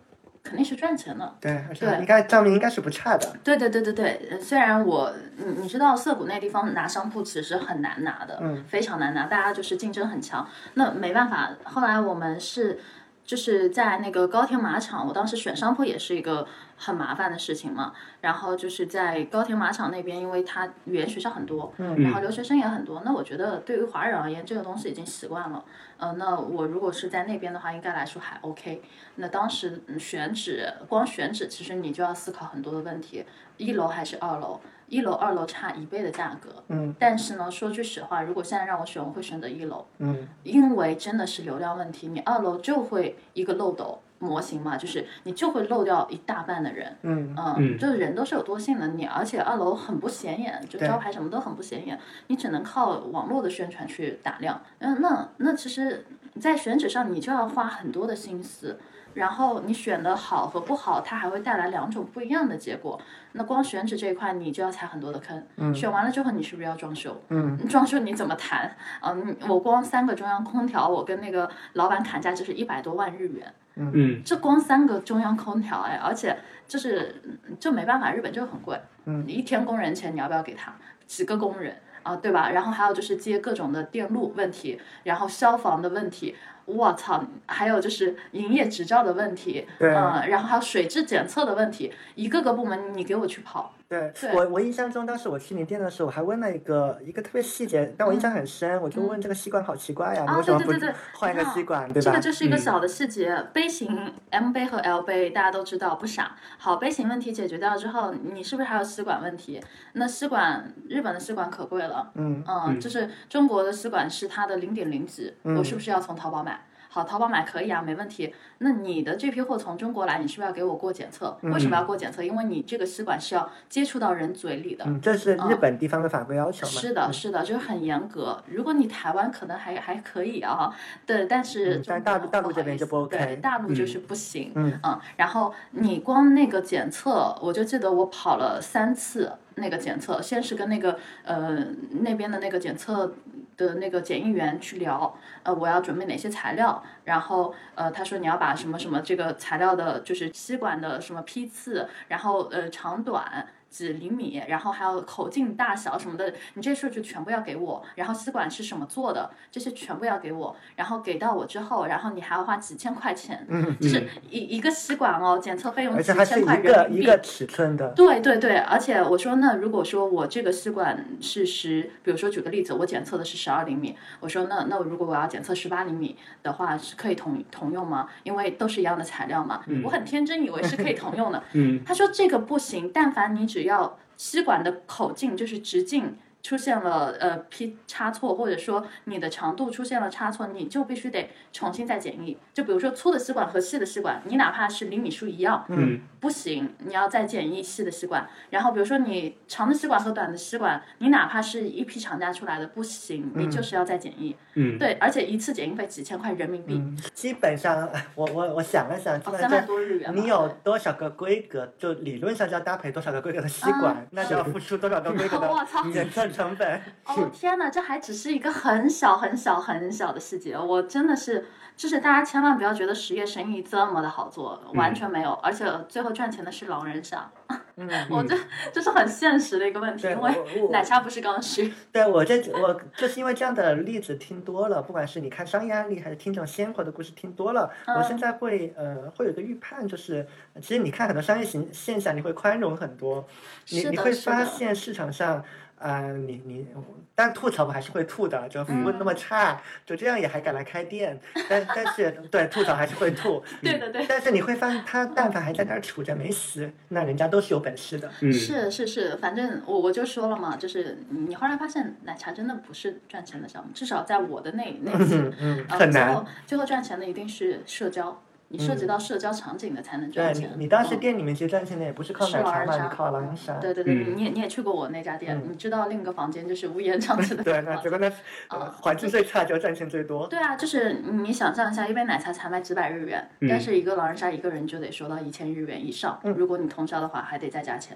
Speaker 5: 肯定是赚钱的，
Speaker 2: 对，而且
Speaker 5: 对
Speaker 2: 应该账面应该是不差的。
Speaker 5: 对对对对对，呃虽然我嗯你你知道涩谷那地方拿商铺其实很难拿的，
Speaker 2: 嗯
Speaker 5: 非常难拿，大家就是竞争很强。那没办法，后来我们是就是在那个高铁马场，我当时选商铺也是一个很麻烦的事情嘛。然后就是在高铁马场那边，因为它语言学校很多，然后留学生也很多。那我觉得对于华人而言，这个东西已经习惯了。呃，那我如果是在那边的话，应该来说还 OK。那当时嗯选址，光选址其实你就要思考很多的问题，一楼还是二楼？一楼、二楼差一倍的价格。
Speaker 2: 嗯
Speaker 5: 但是呢，说句实话，如果现在让我选，我会选择一楼，
Speaker 2: 嗯
Speaker 5: 因为真的是流量问题，你二楼就会一个漏斗模型嘛，就是你就会漏掉一大半的人。
Speaker 2: 嗯
Speaker 5: 嗯，
Speaker 4: 嗯
Speaker 5: 就是人都是有多性的，你而且二楼很不显眼，就
Speaker 2: 对
Speaker 5: 招牌什么都很不显眼，你只能靠网络的宣传去打量。嗯，那那其实，在选址上你就要花很多的心思，然后你选的好和不好，它还会带来两种不一样的结果。那光选址这一块，你就要踩很多的坑。
Speaker 2: 嗯
Speaker 5: 选完了之后，你是不是要装修？
Speaker 2: 嗯，
Speaker 5: 装修你怎么谈？嗯，我光三个中央空调，我跟那个老板砍价就是一百多万日元，
Speaker 4: 嗯
Speaker 5: 这光三个中央空调哎，而且就是嗯就没办法，日本就是很贵，
Speaker 2: 嗯
Speaker 5: 一天工人钱你要不要给他？几个工人啊，对吧？然后还有就是接各种的电路问题，然后消防的问题，我操，还有就是营业执照的问题，
Speaker 2: 对
Speaker 5: 嗯，然后还有水质检测的问题，一个个部门你给我去跑，
Speaker 2: 对
Speaker 5: 对
Speaker 2: 我我印象中，当时我去你店的时候，我还问了一个一个特别细节，让我印象很深，我就问这个吸管好奇怪呀，你
Speaker 5: 嗯啊
Speaker 2: 为什么
Speaker 5: 对
Speaker 2: 不
Speaker 5: 对对对
Speaker 2: 换一个
Speaker 5: 啊
Speaker 2: 吸管，对
Speaker 5: 这个
Speaker 2: 吧？
Speaker 5: 就是一个
Speaker 4: 嗯
Speaker 5: 小的细节，杯型 M 杯和 L 杯大家都知道不傻。好，杯型问题解决掉之后，你是不是还有吸管问题？那吸管，日本的吸管可贵了，
Speaker 2: 嗯
Speaker 5: 嗯，
Speaker 4: 嗯
Speaker 5: 就是中国的吸管是它的零点零几，
Speaker 2: 嗯
Speaker 5: 我是不是要从淘宝买？好，淘宝买可以啊，没问题。那你的这批货从中国来，你是不是要给我过检测？
Speaker 2: 嗯
Speaker 5: 为什么要过检测？因为你这个吸管是要接触到人嘴里的，
Speaker 2: 嗯，这是日
Speaker 5: 啊
Speaker 2: 本地方的法规要求嘛？嗯
Speaker 5: 是的，是的，就是很严格。如果你台湾可能还还可以啊，对，但是
Speaker 2: 嗯
Speaker 5: 中
Speaker 2: 但大
Speaker 5: 国
Speaker 2: 陆大陆
Speaker 5: 好
Speaker 2: 这边
Speaker 5: 意
Speaker 2: 就
Speaker 5: 思
Speaker 2: 不
Speaker 5: 对
Speaker 2: OK
Speaker 5: 大陆就
Speaker 4: 嗯
Speaker 5: 是不行。
Speaker 2: 嗯
Speaker 5: 然后你光那个检测，我就记得我跑了三次那个检测，先是跟那个呃那边的那个检测的那个检疫员去聊，呃，我要准备哪些材料，然后呃，他说你要把什么什么这个材料的，就是吸管的什么批次，然后呃长短。几厘米，然后还有口径大小什么的，你这些数据全部要给我。然后吸管是什么做的，这些全部要给我。然后给到我之后，然后你还要花几千块钱，
Speaker 2: 嗯，
Speaker 5: 就是一一个吸管哦，检测费用
Speaker 2: 而
Speaker 5: 几
Speaker 2: 且它是
Speaker 5: 千
Speaker 2: 一
Speaker 5: 块人
Speaker 2: 个
Speaker 5: 民
Speaker 2: 一
Speaker 5: 币。
Speaker 2: 个尺寸的，
Speaker 5: 对对对，而且我说那如果说我这个吸管是十，比如说举个例子，我检测的是十二厘米，我说那那如果我要检测十八厘米的话，是可以同同用吗？因为都是一样的材料嘛，
Speaker 2: 嗯
Speaker 5: 我很天真以为是可以同用的。
Speaker 4: 嗯
Speaker 5: 他说这个不行，但凡你只要吸管的口径就是直径出现了呃批差错，或者说你的长度出现了差错，你就必须得重新再检疫。就比如说粗的吸管和细的吸管，你哪怕是厘米数一样，
Speaker 4: 嗯
Speaker 5: 不行，你要再检疫细的吸管。然后比如说你长的吸管和短的吸管，你哪怕是一批厂家出来的，不行，你就是要再检疫。
Speaker 4: 嗯，
Speaker 5: 对，而且一次检疫费几千块人民币，
Speaker 2: 嗯，基本上我我我想了想，基
Speaker 5: 哦，
Speaker 2: 本
Speaker 5: 三
Speaker 2: 上
Speaker 5: 万
Speaker 2: 这。
Speaker 5: 多日元吧。
Speaker 2: 你有多少个规格？就理论上就要搭配多少个规格的吸管，
Speaker 5: 嗯
Speaker 2: 那就要付出多少个规格
Speaker 5: 我操
Speaker 2: 的检测成本。
Speaker 5: 哦天哪，这还只是一个很小很小很小的细节，我真的是，就是大家千万不要觉得实业生意这么的好做，完全没有，而且最后赚钱的是狼人杀，
Speaker 2: 嗯，
Speaker 5: 我这这是很现实的一个问题，
Speaker 2: 对
Speaker 5: 因
Speaker 2: 我
Speaker 5: 为
Speaker 2: 我
Speaker 5: 奶茶不是刚需，
Speaker 2: 对我这我就是因为这样的例子听多了，不管是你看商业案例，还是听这种鲜活的故事听多了，我
Speaker 5: 嗯
Speaker 2: 现在会呃会有一个预判，就是其实你看很多商业行现象，你会宽容很多，你
Speaker 5: 是
Speaker 2: 你
Speaker 5: 的
Speaker 2: 会
Speaker 5: 是
Speaker 2: 发
Speaker 5: 的
Speaker 2: 现市场上。啊，你你，但吐槽我还是会吐的，就服
Speaker 5: 嗯
Speaker 2: 务那么差，就这样也还敢来开店，但但是对吐槽还是会吐，
Speaker 5: 对的对的
Speaker 2: 但是你会发 现他但凡还在那儿杵着没死，那人家都是有本事的，
Speaker 4: 嗯，
Speaker 5: 是是是，反正我我就说了嘛，就是你后来发现奶茶真的不是赚钱的项目，至少在我的那那次
Speaker 2: 嗯，嗯，
Speaker 5: 呃
Speaker 2: 很
Speaker 5: 最
Speaker 2: 难嗯
Speaker 5: 后。最后赚钱的一定是社交，你涉及到社交场景的才能
Speaker 2: 对
Speaker 5: 赚
Speaker 2: 你
Speaker 5: 钱，。
Speaker 2: 你当时
Speaker 5: 嗯
Speaker 2: 店里面其实赚钱的也不是靠
Speaker 5: 是
Speaker 2: 奶茶
Speaker 5: 玩
Speaker 2: 嘛，
Speaker 5: 啥
Speaker 2: 你靠狼人杀。
Speaker 5: 对对对，
Speaker 4: 嗯
Speaker 5: 你也你也去过我那家店，
Speaker 2: 嗯
Speaker 5: 你知道另一个房间就是乌烟瘴气 的
Speaker 2: 对，
Speaker 5: 房
Speaker 2: 那
Speaker 5: 间。
Speaker 2: 结果那呃环境最差就赚钱最多。
Speaker 5: 嗯对啊，就是你想象一下，一杯奶茶才卖几百日元，
Speaker 4: 嗯
Speaker 5: 但是一个狼人杀一个人就得收到一千日元以上，
Speaker 2: 嗯
Speaker 5: 如果你通宵的话，还得再加钱。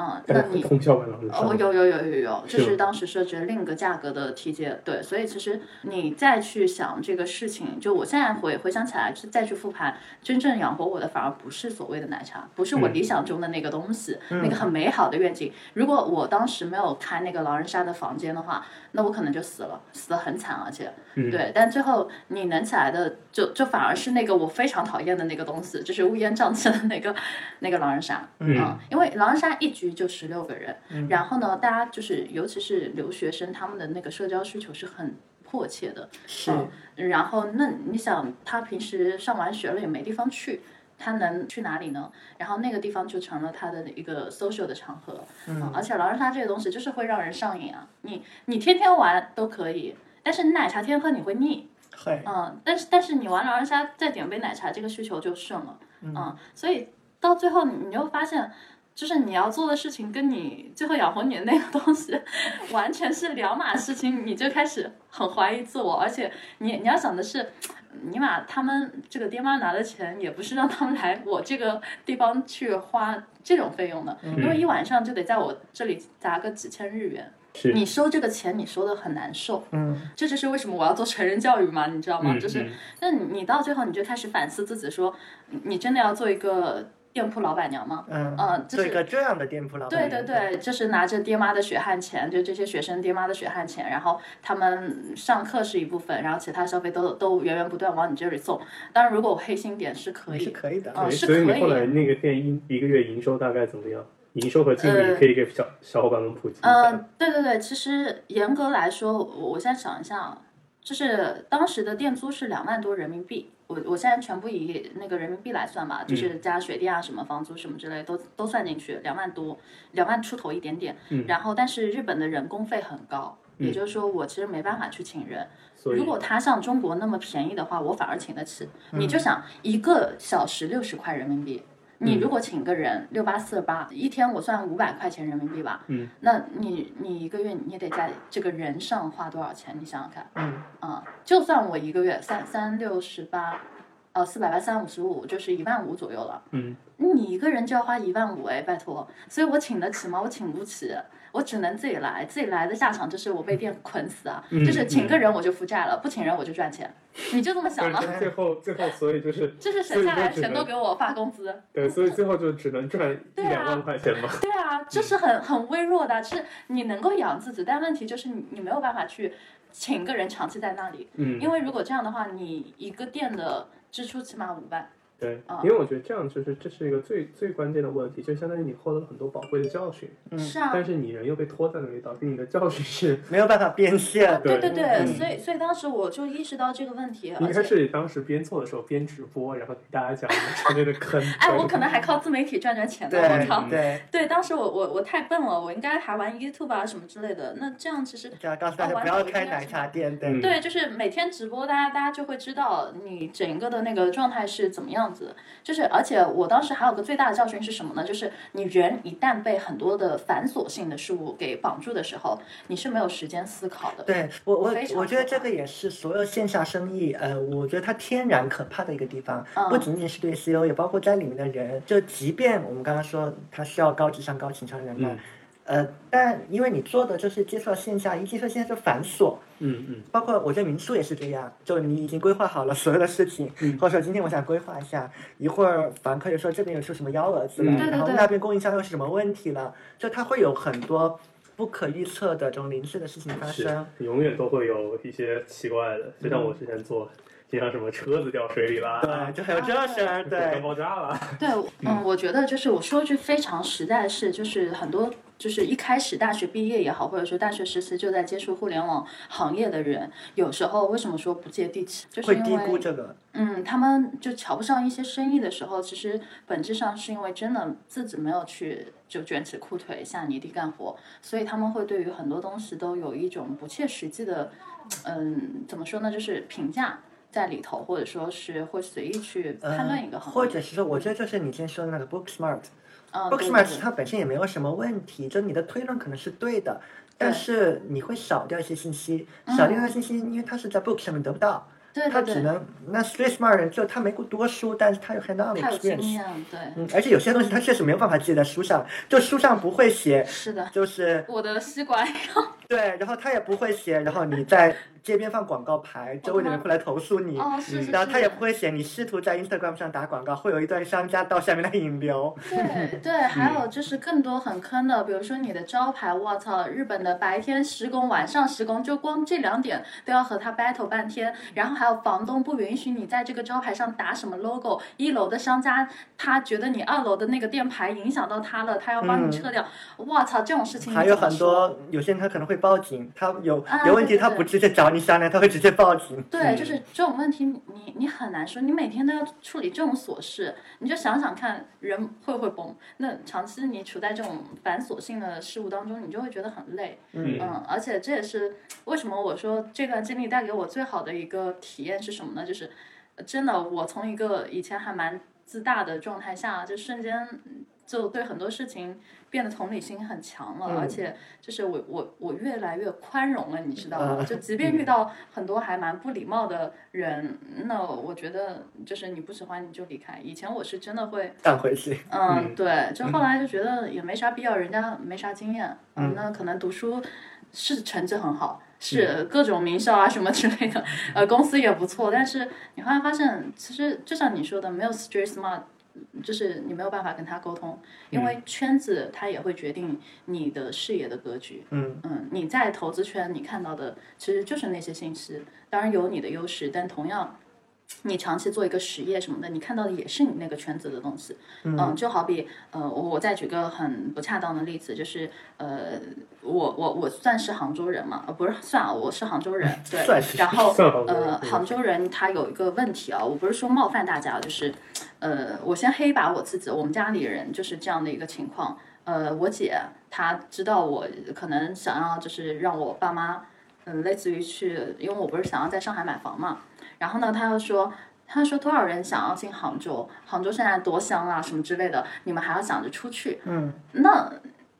Speaker 5: 嗯，那
Speaker 4: 但是
Speaker 5: 你
Speaker 4: 通宵玩狼人杀，
Speaker 5: 哦，有有有有有，这
Speaker 4: 是
Speaker 5: 是
Speaker 4: 吗
Speaker 5: 当时设置另一个价格的体阶，对，所以其实你再去想这个事情，就我现在回回想起来，再去复盘，真正养活我的反而不是所谓的奶茶，不是我
Speaker 4: 嗯
Speaker 5: 理想中的那个东西，
Speaker 2: 嗯
Speaker 5: 那个很美好的愿景。如果我当时没有开那个狼人杀的房间的话，那我可能就死了，死得很惨，而且，
Speaker 4: 嗯
Speaker 5: 对，但最后你能起来的就，就反而是那个我非常讨厌的那个东西，就是乌烟瘴气的那个那个狼人杀，
Speaker 4: 嗯
Speaker 5: 因为狼人杀一局就十六个人，然后呢，大家就是尤其是留学生，他们的那个社交需求是很迫切的。
Speaker 2: 是
Speaker 5: 嗯然后那你想，他平时上完学了也没地方去，他能去哪里呢？然后那个地方就成了他的一个 social 的场合。嗯，而且狼人杀这个东西就是会让人上瘾啊，你你天天玩都可以，但是你奶茶天喝你会腻。
Speaker 2: 会，
Speaker 5: 嗯，但是但是你玩狼人杀再点杯奶茶，这个需求就顺了，嗯所以到最后你你又发现，就是你要做的事情跟你最后养活你的那个东西完全是两码事情，你就开始很怀疑自我，而且你你要想的是，尼玛他们这个爹妈拿的钱也不是让他们来我这个地方去花这种费用的，因为一晚上就得在我这里砸个几千日元，
Speaker 4: 是
Speaker 5: 你收这个钱你收的很难受，
Speaker 2: 嗯，
Speaker 5: 这就是为什么我要做成人教育嘛，你知道吗？
Speaker 4: 嗯
Speaker 5: 就是
Speaker 4: 嗯，
Speaker 5: 那你你到最后你就开始反思自己说，你你真的要做一个店铺老板娘吗？
Speaker 2: 嗯
Speaker 5: 呃就
Speaker 2: 做一
Speaker 5: 是
Speaker 2: 个这样的店铺老
Speaker 5: 对
Speaker 2: 板。
Speaker 5: 对，对，就是拿着爹妈的血汗钱，就这些学生爹妈的血汗钱，然后他们上课是一部分，然后其他消费都都源源不断往你这里送。当然，如果我黑心点是可
Speaker 2: 你是
Speaker 5: 以，
Speaker 2: 可以的。
Speaker 5: 嗯
Speaker 4: 哎
Speaker 5: 是
Speaker 4: 所以
Speaker 5: 可
Speaker 4: 你
Speaker 5: 以
Speaker 4: 后来那个店一一个月营收大概怎么样？营收和净利可以给小小伙伴们普及一
Speaker 5: 呃
Speaker 4: 下。，
Speaker 5: 对对对，其实严格来说，我我现在想一下啊，就是当时的店租是两万多人民币，我我现在全部以那个人民币来算
Speaker 4: 嗯
Speaker 5: 吧，就是加水电啊、什么房租什么之类都都算进去，两万多，两万出头一点点。
Speaker 4: 嗯
Speaker 5: 然后，但是日本的人工费很高，也
Speaker 4: 嗯
Speaker 5: 就是说我其实没办法去请人。
Speaker 4: 所以
Speaker 5: 如果他像中国那么便宜的话，我反而请得起。你就想一个小时六十块人民币，你如果请个人六八四八，一天我算五百块钱人民币吧。
Speaker 4: 嗯，
Speaker 5: 那你你一个月你也得在这个人上花多少钱？你想想看，
Speaker 2: 嗯，
Speaker 5: 啊、就算我一个月三三六十八，呃，四百八三五十五，就是一万五左右了。
Speaker 4: 嗯，
Speaker 5: 你一个人就要花一万五哎，拜托，所以我请得起吗？我请不起，我只能自己来，自己来的下场就是我被店捆死啊，
Speaker 4: 嗯
Speaker 5: 就是请个人我就负债了，不请人我就赚钱，你就这么想吗？
Speaker 4: 对最后最后所以就是
Speaker 5: 就是省下来全都给我发工资，
Speaker 4: 对，所以最后就只能赚一
Speaker 5: 对啊
Speaker 4: 两万块钱吧。
Speaker 5: 对啊，这是很很微弱的，是你能够养自己，但问题就是你你没有办法去请个人长期在那里，
Speaker 4: 嗯，
Speaker 5: 因为如果这样的话，你一个店的支出起码五万，
Speaker 4: 对
Speaker 5: 啊，
Speaker 4: 因为我觉得这样就是这是一个最最关键的问题，就相当于你获得了很多宝贵的教训，
Speaker 2: 嗯
Speaker 5: 是啊，
Speaker 4: 但是你人又被拖在那里，导致你的教训是
Speaker 2: 没有办法变现。
Speaker 5: 对对
Speaker 4: 对
Speaker 5: 对，
Speaker 2: 嗯
Speaker 5: 所以所以当时我就意识到这个问题，
Speaker 4: 应
Speaker 5: 而
Speaker 4: 该
Speaker 5: 且。。
Speaker 4: 是当时边做的时候边直播，然后给大家讲你们城内的坑
Speaker 5: 哎，我可能还靠自媒体赚赚钱呢，
Speaker 2: 对嗯
Speaker 5: 我靠！
Speaker 2: 对，
Speaker 5: 对，当时我我我太笨了，我应该还玩 YouTube 啊什么之类的。那这样其实
Speaker 2: 这样告诉大
Speaker 5: 啊
Speaker 2: 家
Speaker 5: 玩
Speaker 2: 不要
Speaker 5: 抖音
Speaker 2: 开
Speaker 5: 啊
Speaker 2: 奶
Speaker 5: 什么
Speaker 2: 茶店，对
Speaker 4: 嗯
Speaker 5: 对，就是每天直播，大家大家就会知道你整个的那个状态是怎么样子的。就是，而且我当时还有个最大的教训是什么呢？就是你人一旦被很多的繁琐性的事物给绑住的时候，你是没有时间思考的。
Speaker 2: 对我我
Speaker 5: 非常
Speaker 2: 我觉得
Speaker 5: 可
Speaker 2: 这
Speaker 5: 怕
Speaker 2: 个也是所有线下生意，呃，我觉得它天然可怕的一个地方，不
Speaker 5: 嗯
Speaker 2: 仅仅是对 CEO，也包括在里面的人。就即便我们刚刚说他需要高智商、高情商人嘛，
Speaker 4: 嗯
Speaker 2: 呃，但因为你做的就是接触到线下，一接触到线下就繁琐，
Speaker 4: 嗯嗯
Speaker 2: 包括我觉得民宿也是这样，就你已经规划好了所有的事情，
Speaker 4: 嗯
Speaker 2: 或者说今天我想规划一下，一会儿房客又说这边又出什么幺蛾子了，
Speaker 4: 嗯对对
Speaker 2: 然后
Speaker 5: 对
Speaker 2: 那边供应商又是什么问题了，就它会有很多不可预测的这种临时的事情发
Speaker 4: 是啊
Speaker 2: 生。，
Speaker 4: 永远都会有一些奇怪的，就像我之前做就像什么车子掉水里啦，
Speaker 2: 对，就还
Speaker 5: 啊
Speaker 2: 有这事儿，
Speaker 4: 要
Speaker 2: 对，
Speaker 4: 爆炸了，
Speaker 5: 对，嗯，我觉得就是我说句非常实在的事，就是很多就是一开始大学毕业也好，或者说大学时期就在接触互联网行业的人，有时候为什么说不接地气，就是
Speaker 2: 会
Speaker 5: 因
Speaker 2: 低估
Speaker 5: 为
Speaker 2: 这个，
Speaker 5: 嗯，他们就瞧不上一些生意的时候，其实本质上是因为真的自己没有去就卷起裤腿下泥地干活，所以他们会对于很多东西都有一种不切实际的，嗯，怎么说呢，就是评价。在里头，或者说是会随意去判断一个
Speaker 2: 呃
Speaker 5: 行业，
Speaker 2: 或者是说，我觉得就是你之前说的那个 book smart，
Speaker 5: 嗯，对
Speaker 2: book
Speaker 5: 对
Speaker 2: smart
Speaker 5: 对
Speaker 2: 它本身也没有什么问题，就你的推论可能是对的，但是你会少掉一些信息，少掉一些信息，因为它是在 book 上面得不到，
Speaker 5: 嗯对
Speaker 2: 它
Speaker 5: 对
Speaker 2: 只
Speaker 5: 对，
Speaker 2: 能那 street smart 人就他没多书，但是他有很多
Speaker 5: 他有经
Speaker 2: experience，
Speaker 5: 验，对，
Speaker 2: 嗯，而且有些东西他确实没有办法记在书上，就书上不会写，
Speaker 5: 是的。
Speaker 2: 就是
Speaker 5: 我的吸管，
Speaker 2: 对，然后他也不会写，然后你在街边放广告牌，周围的人会来投诉你。
Speaker 5: 哦，是是是，
Speaker 2: 然嗯后他也不会写，你试图在 Instagram 上打广告，会有一段商家到下面来引流。
Speaker 5: 对对，还
Speaker 2: 嗯
Speaker 5: 有就是更多很坑的，比如说你的招牌，我操，日本的白天施工，晚上施工，就光这两点都要和他 battle 半天，然后还有房东不允许你在这个招牌上打什么 logo，一楼的商家他觉得你二楼的那个店牌影响到他了，他要帮
Speaker 2: 嗯
Speaker 5: 你撤掉，我操，这种事情你
Speaker 2: 还有
Speaker 5: 怎么
Speaker 2: 很
Speaker 5: 说
Speaker 2: 多有些人他可能会报警，他有
Speaker 5: 啊
Speaker 2: 有问题
Speaker 5: 对对
Speaker 2: 他
Speaker 5: 对
Speaker 2: 不直接找你商量，他会直接报警。嗯
Speaker 5: 对，就是这种问题你，你你很难说，你每天都要处理这种琐事，你就想想看，人会不会崩？那长期你处在这种繁琐性的事物当中，你就会觉得很累。
Speaker 4: 嗯
Speaker 5: 嗯，而且这也是为什么我说这段经历带给我最好的一个体验是什么呢？就是呃真的，我从一个以前还蛮自大的状态下，就瞬间就对很多事情变得同理心很强了，而且就是我我我越来越宽容了，你知道 吗？
Speaker 2: 嗯
Speaker 5: 就即便遇到很多还蛮不礼貌的人，那我觉得就是你不喜欢你就离开。以前我是真的会。
Speaker 2: 赶回去，
Speaker 5: 嗯，对，就后来就觉得也没啥必要，人家没啥经验，嗯，那可能读书是成绩很好，是各种名校啊什么之类的，呃，公司也不错，但是你后来发现，其实就像你说的，没有 street smart。就是你没有办法跟他沟通，因
Speaker 2: 嗯
Speaker 5: 为圈子它也会决定你的视野的格局。
Speaker 2: 嗯
Speaker 5: 嗯，你在投资圈你看到的其实就是那些信息，当然有你的优势，但同样你长期做一个实业什么的，你看到的也是你那个圈子的东西。嗯，就好比呃，我我再举个很不恰当的例子，就是呃，我我我算是杭州人嘛，呃，不是算啊，我是杭州人，对，
Speaker 2: 算是
Speaker 5: 然后
Speaker 4: 算杭州人
Speaker 5: 呃，
Speaker 4: 嗯
Speaker 5: 杭州人他有一个问题啊，我不是说冒犯大家，就是呃，我先黑一把我自己，我们家里人就是这样的一个情况。呃，我姐她知道我可能想要就是让我爸妈，嗯、类似于去，因为我不是想要在上海买房嘛，然后呢，她又说。她说多少人想要进杭州，杭州现在多香啊，什么之类的，你们还要想着出去。
Speaker 2: 嗯，
Speaker 5: 那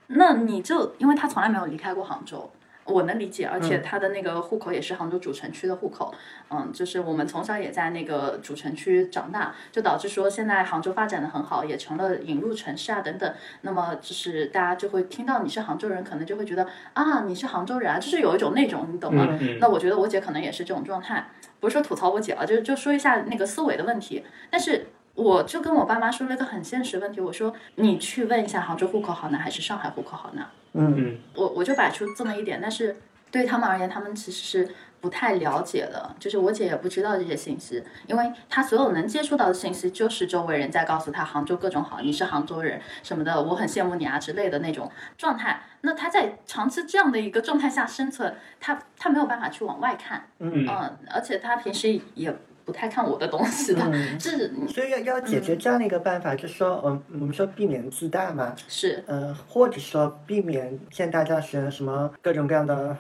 Speaker 5: 那你就因为她从来没有离开过杭州，我能理解，而且她的那个户口也是杭州主城区的户口，嗯，就是我们从小也在那个主城区长大，就导致说现在杭州发展的很好，也成了引入城市啊等等。那么就是大家就会听到你是杭州人，可能就会觉得啊你是杭州人啊，就是有一种那种你懂吗？
Speaker 4: 嗯
Speaker 5: 那我觉得我姐可能也是这种状态，不是说吐槽我姐啊，就就说一下那个思维的问题，但是。我就跟我爸妈说了一个很现实的问题，我说你去问一下杭州户口好拿还是上海户口好拿？
Speaker 4: 嗯
Speaker 5: 我我就摆出这么一点，但是对他们而言，他们其实是不太了解的，就是我姐也不知道这些信息，因为她所有能接触到的信息就是周围人在告诉她杭州各种好，你是杭州人什么的，我很羡慕你啊之类的那种状态。那她在长期这样的一个状态下生存，她她没有办法去往外看，
Speaker 4: 嗯
Speaker 5: 嗯，而且她平时也不太看我的东西的，
Speaker 2: 嗯
Speaker 5: 这是
Speaker 2: 所以要要解决这样的一个办法，就说，嗯，我们说避免自大嘛，
Speaker 5: 是
Speaker 2: 呃，或者说避免现代大学什么各种各样的，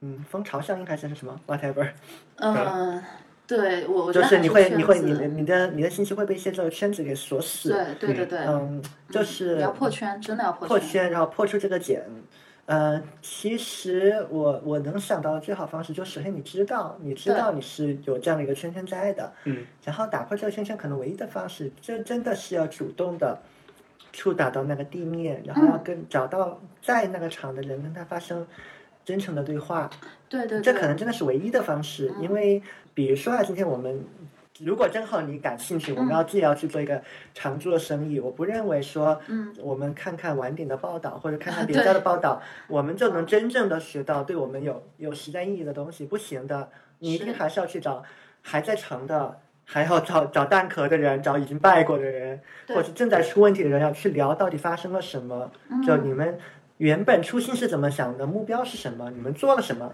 Speaker 2: 嗯，风潮效应还是什么 whatever，
Speaker 5: 嗯、对我我
Speaker 2: 就
Speaker 5: 觉得
Speaker 2: 是
Speaker 5: 还
Speaker 2: 你会
Speaker 5: 圈
Speaker 2: 你会
Speaker 5: 子
Speaker 2: 你的你的你的信息会被现在的圈子给锁死，
Speaker 5: 对对对对，
Speaker 2: 嗯，就是
Speaker 5: 你要破圈，真的要破
Speaker 2: 破圈，然后破出这个茧。呃，其实我我能想到的最好方式就是，嘿，你知道，你知道你是有这样的一个圈圈在的，
Speaker 4: 嗯，
Speaker 2: 然后打破这个圈圈，可能唯一的方式，这真的是要主动的触达到那个地面，然后要跟找到在那个场的人，跟他发生真诚的对话，
Speaker 5: 对对对，嗯
Speaker 2: 这可能真的是唯一的方式，因为比如说啊，今天我们如果真后你感兴趣，我
Speaker 5: 嗯
Speaker 2: 们要自己要去做一个常做的生意，我不认为说，
Speaker 5: 嗯，
Speaker 2: 我们看看晚点的报道或者 看看别
Speaker 5: 对
Speaker 2: 家的报道，我们就能真正的学到对我们有有实战意义的东西。不行的，你一定还是要去找。还在藏的，还要找找蛋壳的人，找已经败过的人，
Speaker 5: 对
Speaker 2: 或者正在出问题的人，要去聊到底发生了什么。
Speaker 5: 嗯
Speaker 2: 就你们原本初心是怎么想的，目标是什么，你们做了什么，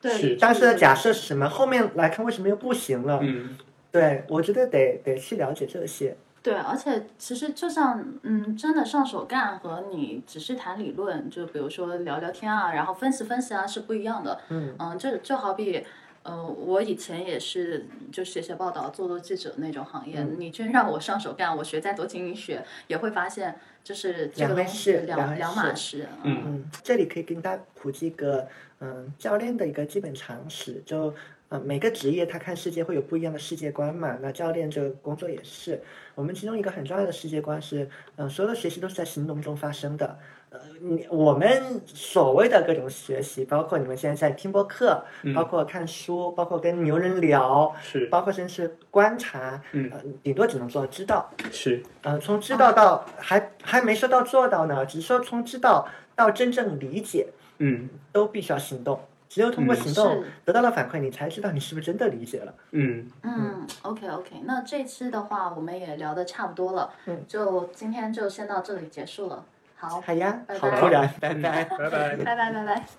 Speaker 5: 对，
Speaker 4: 是
Speaker 2: 当时的假设是什么，后面来看为什么又不行了？
Speaker 4: 嗯，
Speaker 2: 对我觉得得得去了解这些。
Speaker 5: 对，而且其实就像嗯，真的上手干和你只是谈理论，就比如说聊聊天啊，然后分析分析啊是不一样的。
Speaker 2: 嗯
Speaker 5: 嗯，这就好比。呃，我以前也是，就写写报道、做做记者那种行业。
Speaker 2: 嗯
Speaker 5: 你真让我上手干，我学再多经营学，也会发现就是这
Speaker 2: 两
Speaker 5: 个
Speaker 2: 回
Speaker 5: 东西
Speaker 2: 事两
Speaker 5: 两
Speaker 2: 回
Speaker 5: 两
Speaker 2: 事
Speaker 5: 码事。啊
Speaker 4: 嗯
Speaker 2: 嗯，这里可以跟大家普及一个嗯教练的一个基本常识，就呃每个职业他看世界会有不一样的世界观嘛，那教练这个工作也是。我们其中一个很重要的世界观是，嗯、所有的学习都是在行动中发生的。呃，你我们所谓的各种学习，包括你们现在在听播客，
Speaker 4: 嗯
Speaker 2: 包括看书，包括跟牛人聊，
Speaker 4: 是
Speaker 2: 包括甚至观察，
Speaker 4: 嗯
Speaker 2: 呃，顶多只能做到知道。
Speaker 4: 是，
Speaker 2: 呃，从知道到还还没说到做到呢，只是说从知道到真正理解，
Speaker 4: 嗯
Speaker 2: 都必须要行动。只有通过
Speaker 4: 嗯
Speaker 2: 行动
Speaker 5: 是
Speaker 2: 得到了反馈，你才知道你是不是真的理解了。
Speaker 4: 嗯，
Speaker 5: 嗯，OK OK，那这期的话我们也聊的差不多了，
Speaker 2: 嗯
Speaker 5: 就今天就先到这里结束了。好，
Speaker 2: 好呀
Speaker 5: 拜，
Speaker 2: 好
Speaker 5: 拜
Speaker 4: 嗯
Speaker 2: 突然，拜拜。
Speaker 4: 拜拜。
Speaker 5: 拜拜拜拜。